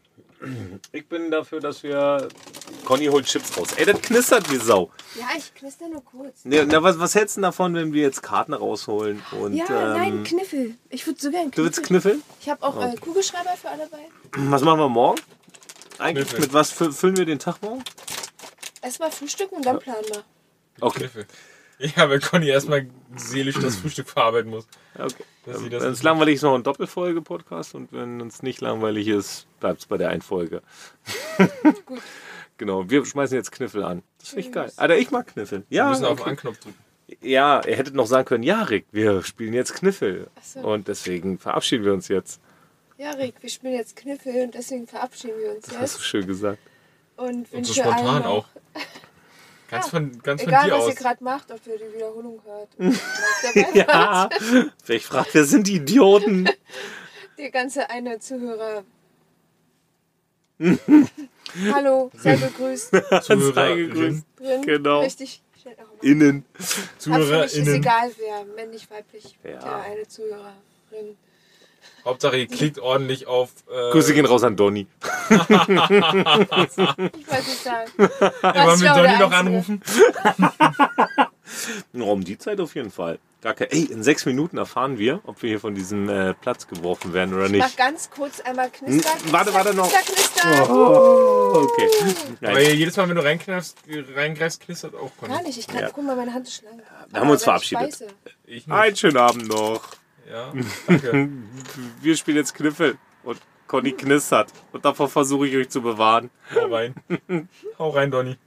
[SPEAKER 1] ich bin dafür, dass wir. Conny holt Chips raus. Ey, das knistert wie Sau.
[SPEAKER 2] Ja, ich knister nur kurz.
[SPEAKER 1] Ne, Na, was, was hältst du denn davon, wenn wir jetzt Karten rausholen? Und,
[SPEAKER 2] Ja,
[SPEAKER 1] ähm,
[SPEAKER 2] nein, Kniffel. Ich würde so gerne
[SPEAKER 1] Du
[SPEAKER 2] kniffeln.
[SPEAKER 1] willst kniffeln?
[SPEAKER 2] Ich habe auch äh, Kugelschreiber für alle bei.
[SPEAKER 1] Was machen wir morgen? Eigentlich
[SPEAKER 3] Kniffeln.
[SPEAKER 1] mit was fü- füllen wir den Tag morgen?
[SPEAKER 2] Erstmal frühstücken und dann planen wir.
[SPEAKER 1] Okay.
[SPEAKER 3] Ja, weil Conny erstmal seelisch das Frühstück verarbeiten muss.
[SPEAKER 1] okay. Ähm,
[SPEAKER 3] Dass sie das
[SPEAKER 1] Wenn es langweilig ist, noch ein Doppelfolge-Podcast und wenn uns nicht langweilig ist, bleibt es bei der Einfolge.
[SPEAKER 2] Gut.
[SPEAKER 1] Genau, wir schmeißen jetzt Kniffel an. Das finde ich geil. Alter, ich mag Kniffeln.
[SPEAKER 3] Wir
[SPEAKER 1] Ja,
[SPEAKER 3] müssen auf den
[SPEAKER 1] Ah, okay.
[SPEAKER 3] Anknopf drücken.
[SPEAKER 1] ja, ihr hättet noch sagen können, ja, Rick, wir spielen jetzt Kniffel.
[SPEAKER 2] so.
[SPEAKER 1] Und deswegen verabschieden wir uns jetzt.
[SPEAKER 2] Ja, Rick, wir spielen jetzt Kniffel und deswegen verabschieden wir uns
[SPEAKER 1] Hast du
[SPEAKER 2] jetzt.
[SPEAKER 1] schön gesagt.
[SPEAKER 2] Und,
[SPEAKER 3] Und so
[SPEAKER 2] wünsche allen
[SPEAKER 3] spontan
[SPEAKER 2] noch-
[SPEAKER 3] auch. Ganz von, ganz von
[SPEAKER 2] Egal,
[SPEAKER 3] dir
[SPEAKER 2] was
[SPEAKER 3] aus.
[SPEAKER 2] ihr gerade macht, ob ihr die Wiederholung hört. Dabei
[SPEAKER 1] Ja. Vielleicht fragt, wer sind die Idioten?
[SPEAKER 2] Der ganze eine Zuhörer. Hallo, sei begrüßt.
[SPEAKER 3] Zuhörerin,
[SPEAKER 2] Drin.
[SPEAKER 1] Genau.
[SPEAKER 2] Richtig. Stellt auch mal.
[SPEAKER 1] Innen.
[SPEAKER 2] Absolut ist
[SPEAKER 3] ZuhörerInnen.
[SPEAKER 2] egal, wer, männlich, weiblich,
[SPEAKER 1] Ja.
[SPEAKER 2] der eine Zuhörerin.
[SPEAKER 3] Hauptsache, ihr klickt ordentlich auf. Äh,
[SPEAKER 1] Grüße gehen raus an Donny.
[SPEAKER 2] Ich weiß nicht sagen.
[SPEAKER 3] Ja, wollen wir
[SPEAKER 2] war der
[SPEAKER 3] Donny noch
[SPEAKER 2] Einzige.
[SPEAKER 3] anrufen?
[SPEAKER 1] Nur um die Zeit auf jeden Fall. Gar kein, ey, in sechs Minuten erfahren wir, ob wir hier von diesem äh, Platz geworfen werden oder
[SPEAKER 2] Mach
[SPEAKER 1] nicht.
[SPEAKER 2] ganz kurz einmal knister,
[SPEAKER 1] N-
[SPEAKER 2] knister,
[SPEAKER 1] warte, warte noch.
[SPEAKER 2] knister, knister.
[SPEAKER 1] Hm, Oh, okay.
[SPEAKER 3] Weil
[SPEAKER 1] Nein,
[SPEAKER 3] jedes Mal, wenn du reinknallst, äh, reingreifst, knistert auch Conny.
[SPEAKER 2] Gar nicht, ich kann,
[SPEAKER 1] Ja.
[SPEAKER 2] guck mal, meine Hand ist schlank.
[SPEAKER 1] wir haben uns
[SPEAKER 2] Aber meine
[SPEAKER 1] verabschiedet.
[SPEAKER 2] Speise.
[SPEAKER 3] Ich nicht.
[SPEAKER 1] einen schönen Abend noch.
[SPEAKER 3] Ja, danke.
[SPEAKER 1] Wir spielen jetzt Kniffel und Conny knistert. Und davor versuche ich euch zu bewahren.
[SPEAKER 3] Hau rein. Hau rein, Donny.